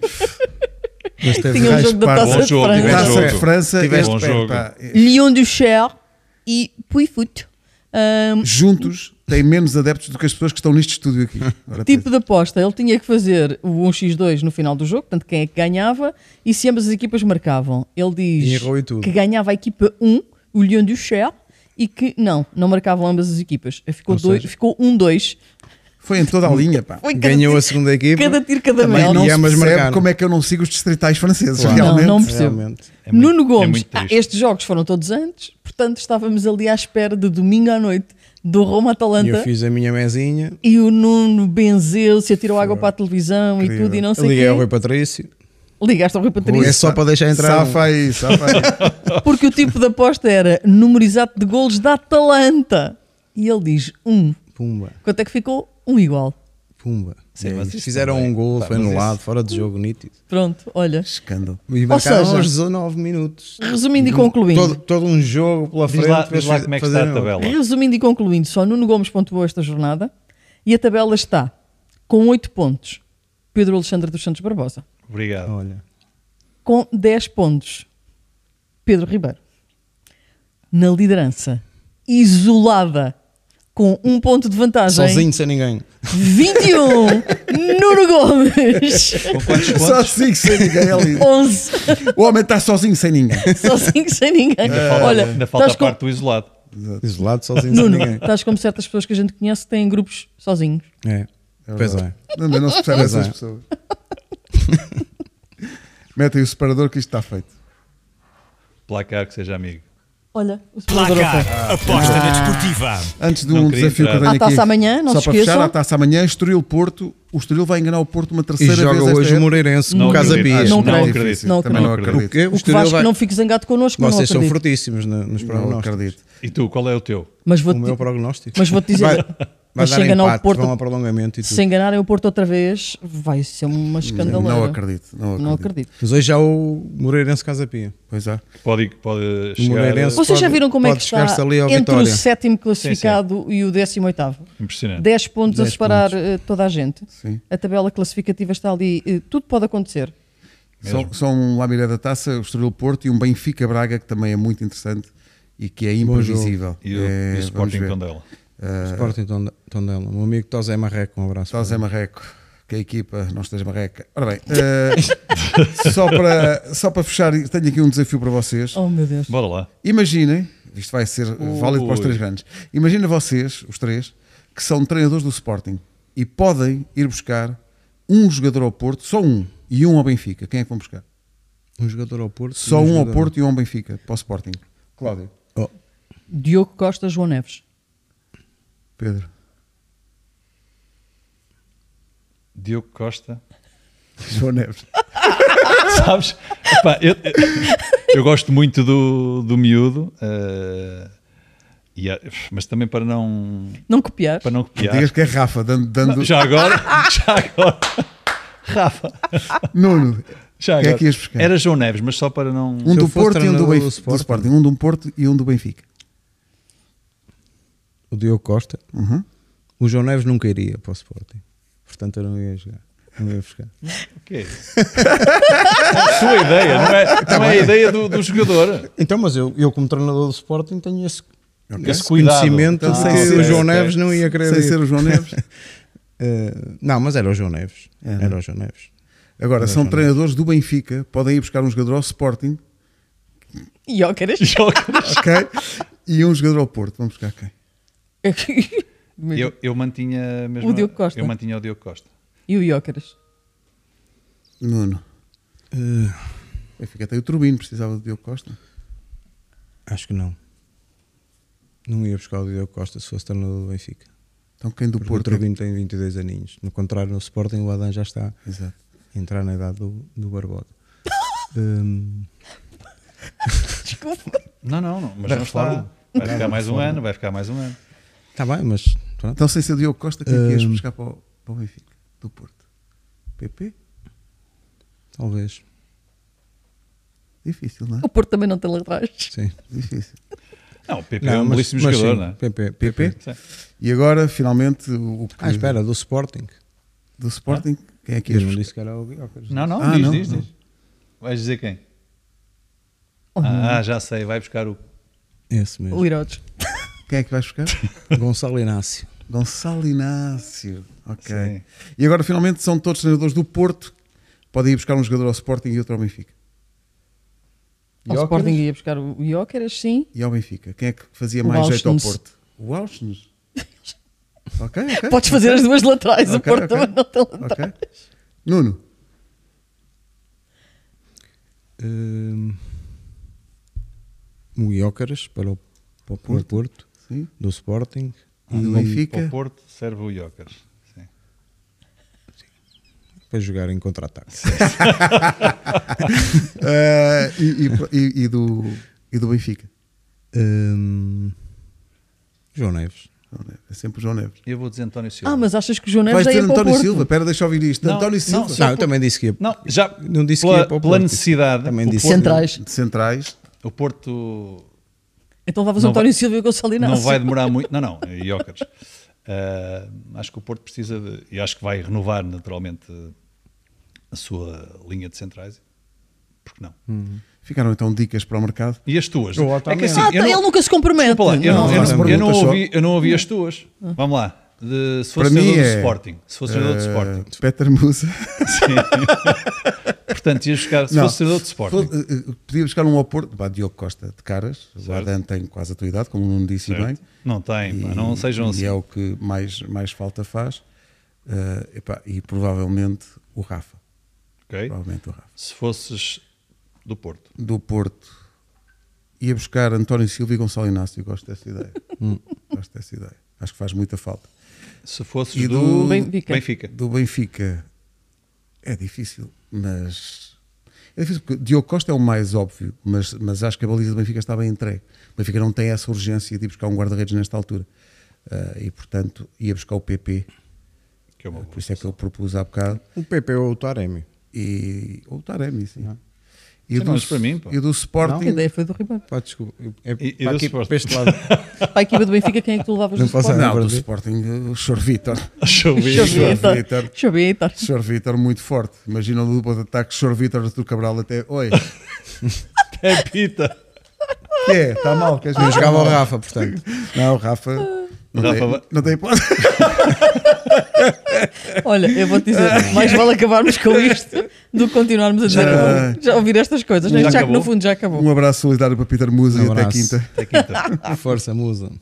S3: Mas teve
S4: Tinha um
S3: raio
S4: jogo da
S3: parvo.
S4: Taça
S2: Bom
S4: de
S2: jogo,
S4: França.
S2: tiveste
S1: Taça de
S2: jogo.
S1: França,
S2: Tiveste
S1: este-
S2: bom jogo.
S1: pá,
S4: Lyon du Cher e Puifoot.
S1: juntos têm menos adeptos do que as pessoas que estão neste estúdio aqui. Agora
S4: tipo de aposta, ele tinha que fazer o 1x2 no final do jogo, portanto, quem é que ganhava, e se ambas as equipas marcavam. Ele
S3: E
S4: diz
S3: errou e tudo.
S4: que ganhava a equipa 1, o Lyon du Cher, e que não, não marcavam ambas as equipas. Ficou
S3: Ou
S4: dois-
S3: seja-
S4: ficou 1-2.
S1: Foi em toda a linha, pá.
S4: Foi cada
S3: Ganhou
S4: tiro-
S3: a segunda equipa.
S4: Cada tiro, cada
S3: Também
S1: E
S4: mel.
S1: não
S3: E
S1: se
S3: ambas
S1: percebe
S3: marcaram.
S1: como é que eu não sigo os distritais franceses,
S3: Claro.
S1: realmente.
S4: Não, não percebo.
S3: Realmente.
S2: É muito-
S4: Nuno
S2: é
S4: Gomes,
S2: muito
S4: ah,
S2: triste.
S4: estes jogos foram todos antes, portanto estávamos ali à espera de domingo à noite do Roma
S3: E eu
S4: Atalanta
S3: fiz a minha mesinha.
S4: e o Nuno benzeu, se atirou água para a televisão e
S1: Incrível.
S4: tudo e não sei o
S3: Liguei ao Rui
S4: quê.
S3: Patrício.
S4: Ligaste ao Rui
S3: É
S4: Patrício.
S3: só para deixar entrar. um.
S1: Safa aí, safa aí.
S4: Porque o tipo de aposta era número exato de golos da Atalanta. E ele diz um.
S3: Pumba,
S4: Quanto é que ficou? Um igual.
S3: pumba.
S2: Sim,
S3: É
S2: mas
S3: isso.
S2: isso
S3: Fizeram
S2: também.
S3: um gol,
S2: Pá,
S3: foi
S2: mas
S3: anulado,
S2: isso-
S3: fora de jogo, nítido.
S4: Pronto, olha.
S1: Escândalo.
S3: E marcaram
S4: seja-
S3: aos 19 minutos.
S4: Resumindo e concluindo.
S3: Todo, todo um jogo pela
S2: Diz
S3: frente.
S2: lá,
S3: depois
S2: diz lá como é que está
S3: fazerem
S2: a
S3: outro.
S1: um-
S2: tabela.
S4: Resumindo e concluindo, só Nuno Gomes pontuou esta jornada e a tabela está com 8 pontos. Pedro Alexandre dos Santos Barbosa.
S2: Obrigado.
S3: Olha,
S4: Com 10 pontos. Pedro Ribeiro. Na liderança. Isolada. Com um ponto de vantagem.
S3: sozinho, sem ninguém.
S4: 21. Nuno Gomes.
S2: Com quantos
S1: Só
S2: pontos?
S1: sigo sem ninguém ali.
S4: 11.
S1: O homem está sozinho sem ninguém.
S4: Sozinho, sem ninguém.
S2: Ainda falta,
S4: Olha,
S2: ainda falta a
S4: estás com-
S2: parte do isolado.
S3: Isolado, sozinho, sem
S4: Nuno,
S3: ninguém.
S4: estás como certas pessoas que a gente conhece que têm grupos sozinhos.
S3: É. Pois é.
S1: Não, não se percebe
S3: Pois
S1: essas
S3: é.
S1: pessoas. Metem o separador que isto está feito.
S2: Placar que seja amigo.
S4: Olha, o separador ao
S5: Placar,
S4: pé.
S5: aposta na desportiva.
S1: Antes de
S2: Não
S1: um
S2: queria
S1: desafio que eu
S2: entrar.
S1: tenho
S4: À taça
S1: aqui,
S4: amanhã, não
S1: só
S4: se
S1: para
S4: esqueçam.
S1: fechar, à taça amanhã, Estoril-Porto. O Estoril vai enganar o Porto uma
S3: E
S1: terceira
S3: joga
S1: vez
S3: hoje
S1: esta
S3: o
S1: época.
S3: Moreirense
S2: Não
S3: no Casa
S2: acredito.
S3: Bias.
S4: Não
S1: Também
S4: creio.
S1: difícil,
S4: Não
S1: também não acredito.
S3: Porque
S4: O que Vasco,
S3: vai-
S4: não fiques zangado connosco, eu não
S3: Vocês são
S4: acredito.
S3: fortíssimos na- nos
S1: Não
S3: prognósticos.
S1: acredito.
S2: E tu, qual é o teu?
S4: Mas
S3: O meu
S4: vou-te
S3: prognóstico.
S4: mas vou-te dizer-
S3: Vai, vai
S4: mas
S3: dar
S4: chega não,
S3: empate,
S4: o Porto-
S3: vão a prolongamento e tudo.
S4: se enganarem o Porto outra vez, vai ser uma escandaleira.
S1: Não acredito. Não acredito.
S4: Não acredito.
S3: Mas hoje já o Moreirense Casa Pia.
S1: Pois é.
S2: Pode, pode
S3: O
S2: chegar.
S3: Moreirense-
S4: Vocês já
S3: Pode-
S4: viram como é que
S3: pode
S4: está
S3: chegar-se ali ao
S4: entre o
S3: Vitória.
S4: sétimo classificado e o décimo oitavo?
S2: Impressionante.
S4: 10 pontos a
S3: Dez
S4: separar eh, toda a gente.
S1: Sim.
S4: A tabela classificativa está ali. eh, tudo pode acontecer.
S1: Só, só um Lamiré da Taça, o Estoril Porto e um Benfica Braga, que também é muito interessante e que é imprevisível.
S2: E
S1: É,
S2: o, e o
S1: vamos
S2: Sporting
S1: ver.
S2: Tondela.
S1: Eh,
S3: Sporting Tonde- Tondela. O meu amigo Tosé Marreco, um abraço.
S1: Estás é marreco, que a equipa não esteja marreca. Ora bem, eh, só, para, só para fechar, tenho aqui um desafio para vocês.
S4: Oh meu Deus.
S2: Bora lá.
S1: Imaginem, isto vai ser válido para os três grandes. Imaginem vocês, os três, que são treinadores do Sporting e podem ir buscar um jogador ao Porto, só um, e um ao Benfica. Quem é que vão buscar?
S3: Um jogador ao Porto.
S1: Só
S3: e
S1: um ao
S3: jogador-
S1: Porto e um ao Benfica, para o Sporting. Cláudio,
S3: Oh,
S4: Diogo Costa, João Neves.
S1: Pedro,
S2: Diogo Costa.
S1: João Neves.
S2: Sabes? Epá, eu, eu- eu gosto muito do, do miúdo. eh, e a- mas também para não,
S4: Não copiar.
S2: para não copiar.
S1: Digas que é Rafa, dando, dando-
S2: Já agora, já agora. Rafa.
S1: Nuno,
S2: Já
S1: Quem é
S2: agora.
S1: que ias buscar?
S2: Era João Neves, mas só para não.
S1: um
S3: eu
S1: do
S3: fosse
S1: Porto e um do,
S3: treinador
S1: Benf- do
S3: do Sporting.
S1: Sporting. Um de um Porto e um do Benfica.
S3: O Diogo Costa.
S1: Uhum.
S3: O João Neves nunca iria para o Sporting. Portanto, eu não ia jogar. Não ia buscar.
S2: O que é isso? a sua ideia, não é, não é a ideia do, do jogador.
S3: Então, mas eu, eu como treinador do Sporting, tenho esse, esse
S2: Cuidado.
S3: conhecimento
S2: Então,
S3: de
S1: sei
S3: que é.
S1: ser,
S3: o João
S2: ok.
S3: Neves não ia querer
S1: Sem
S3: ir.
S1: ser o João Neves.
S3: Eh, não, mas era o João Neves.
S1: Era.
S3: Era, o João Neves.
S1: Agora, são treinadores do Benfica, podem ir buscar um jogador ao Sporting,
S4: E ó, queres?
S2: Joga-
S1: ok? e um jogador ao Porto. Vamos buscar quem?
S2: Eu, eu mantinha mesmo.
S4: O Diogo Costa.
S2: Eu mantinha o Diogo Costa.
S4: E o Iócaras?
S1: Nuno. O Benfica tem o Turbino, precisava do Diogo Costa.
S3: Acho que não. Não ia buscar o Diogo Costa se fosse treinador do Benfica.
S1: Então quem do
S3: Porque
S1: Porto?
S3: O Trubino tem 22 aninhos. No contrário, no Sporting, o Adam já está
S1: Exato.
S3: a entrar na idade do, do Barbosa. Hum,
S4: Desculpa.
S2: Não, não, não. Mas
S3: Da
S2: não está.
S3: reforma.
S2: Vai ficar
S3: Da
S2: mais um
S3: reforma.
S2: ano, vai ficar mais um ano.
S3: Está tá bem, mas pronto.
S1: Então sem ser o Diogo Costa, quem é que ias
S3: Hum.
S1: buscar para o, para o Benfica? Do Porto. PP?
S3: Talvez.
S1: Difícil, não é?
S4: O Porto também não tem laterais.
S3: Sim.
S1: Difícil.
S2: Não, o PP é
S3: Não,
S2: um
S3: mas-
S2: belíssimo
S3: mas
S2: jogador,
S3: sim,
S2: não é?
S3: PP, PP.
S1: PP?
S2: Sim.
S1: E agora, finalmente, o o que
S3: Ah, espera, do Sporting.
S1: do Sporting, quem é que
S3: Eu
S1: ias
S3: não
S1: buscar?
S3: disse que era o Guiocas.
S2: Não, não,
S1: Ah,
S2: diz,
S1: não,
S2: diz,
S1: não.
S2: diz. Vais dizer quem?
S4: Oh,
S2: Ah, já sei, vai buscar o.
S3: Esse mesmo.
S4: O Irodes.
S1: Quem é que vais buscar?
S3: Gonçalo Inácio.
S1: Gonçalo Inácio. Ok.
S2: Sim.
S1: E agora, finalmente, são todos treinadores do Porto. Podem ir buscar um jogador ao Sporting e outro ao Benfica.
S4: Ao
S3: Iócaras?
S4: Sporting ia buscar o Iócaras, sim.
S1: E ao Benfica. Quem é que fazia
S4: O
S1: mais jeito ao
S4: Auschwitz.
S1: Porto? O Auschwitz. ok, ok.
S4: Podes fazer as duas laterais, o
S1: É? Ok,
S4: Porto
S1: ok.
S4: também não tem laterais.
S1: Ok. Nuno,
S3: Hum, o Guiocas para o, para o Porto.
S1: sim.
S3: do Sporting.
S1: E do
S2: Para o
S1: Benfica.
S2: Porto serve o Jokers. Sim.
S3: Para jogar em contra-ataque.
S1: Eh, e, e- e- e do, e do Benfica.
S3: Hum, João Neves.
S1: João Neves. É sempre o João Neves.
S2: Eu vou dizer António Silva.
S4: Ah, mas achas que o João
S1: Vais
S4: Neves já
S1: ter
S4: ia para o
S1: António
S4: Porto?
S1: Silva. Espera, deixa eu ouvir isto.
S2: Não,
S1: António
S2: não,
S1: Silva.
S2: só-
S3: Não, eu também disse que ia.
S2: Não, já
S3: Não disse que
S2: pela,
S3: ia para o
S2: pela
S3: Porto.
S2: necessidade,
S3: Também
S2: o
S3: disse.
S2: Porto,
S4: Centrais.
S1: De centrais.
S2: o Porto
S4: Então levavas o
S2: Não
S4: António
S2: vai-
S4: Silva e o Gonçalo Inácio.
S2: não vai demorar muito. Não, não, Jokers. Ah, acho que o Porto precisa de. E acho que vai renovar naturalmente a sua linha de centrais. Porque não?
S1: Ficaram então dicas para o mercado.
S2: E as tuas?
S3: O
S2: é
S3: Otamendi.
S2: que assim,
S4: Ah,
S2: eu
S4: tá,
S2: não-
S4: ele nunca se compromete.
S2: Desculpa lá, eu não,
S1: Não, não,
S2: eu, não, eu, não
S1: pergunta
S2: ouvi, eu não ouvi as tuas.
S4: Hum.
S2: Vamos lá. De- se
S1: Para
S2: fosse
S1: mim
S2: treinador do
S1: é-
S2: Sporting. Se fosse treinador do
S1: Eh,
S2: Sporting.
S1: Peter Musa.
S2: Sim. Portanto, ias buscar. Se
S1: Não.
S2: fosse treinador do Sporting.
S1: Fo- eh, eh, Podia buscar um ao Porto, vá, Diogo Costa de caras, o
S2: Certo.
S1: Adam tem quase a tua idade, como não disse
S2: certo?
S1: bem.
S2: Não tem, pá,
S1: E-
S2: não sejam
S1: e
S2: assim.
S1: é o que mais, mais falta faz. Eh, epá, e provavelmente o Rafa.
S2: ok?
S1: Provavelmente o Rafa.
S2: Se fosses do Porto.
S1: Do Porto ia buscar António Silva e Gonçalo Inácio. Gosto dessa ideia. Gosto dessa ideia. Acho que faz muita falta.
S2: Se fosses
S1: E
S2: do,
S1: do-
S4: Benfica.
S2: Benfica.
S1: Do Benfica é difícil, mas é difícil porque Diogo Costa é o mais óbvio, mas, mas acho que a baliza do Benfica está bem entregue. O Benfica não tem essa urgência de ir buscar um guarda-redes nesta altura Ah, e, portanto, ia buscar o PP.
S2: Que é uma
S1: Por
S2: boa.
S1: isso é que eu propus há bocado.
S3: O PP ou o Taremi.
S1: E, ou o Taremi, sim. E,
S2: Isso
S1: o
S2: não és é? para mim, pá.
S1: e o do
S4: A
S1: Sporting,
S4: ideia foi do Ribeiro.
S3: Pá, desculpa. É
S2: E- e
S3: para
S2: do
S3: aqui,
S2: Sporting?
S3: para este lado.
S4: Para a equipa do Benfica, quem é que tu levavas
S3: Não
S4: do
S3: posso-
S4: Sporting?
S1: não, do
S3: Verdade.
S1: Sporting, o Sr. Vítor.
S2: Deixa eu ver.
S4: Deixa eu ver, então.
S1: Vitor.
S4: Deixa eu ver, então.
S1: Sr. Vítor muito forte. Imagina o dupla de ataque Sr. Vítor do Cabral até. Oi,
S2: É pita.
S1: que é? Está mal? Queres
S3: Eu
S1: mesmo?
S3: jogava o Rafa, portanto.
S1: Não, o Rafa. Não,
S2: Rafa
S1: tem,
S2: vai-
S1: não tem hipótese.
S4: Olha, eu vou-te dizer, mais vale acabarmos com isto do que continuarmos a dizer.
S1: Já-
S4: "Acabou". Já ouvir estas coisas, né?
S2: Já
S4: já, que no
S2: acabou.
S4: fundo já acabou.
S1: Um abraço solidário para Peter Musa
S3: Um
S1: e até
S3: abraço.
S1: quinta.
S2: Até quinta.
S3: Força, musa.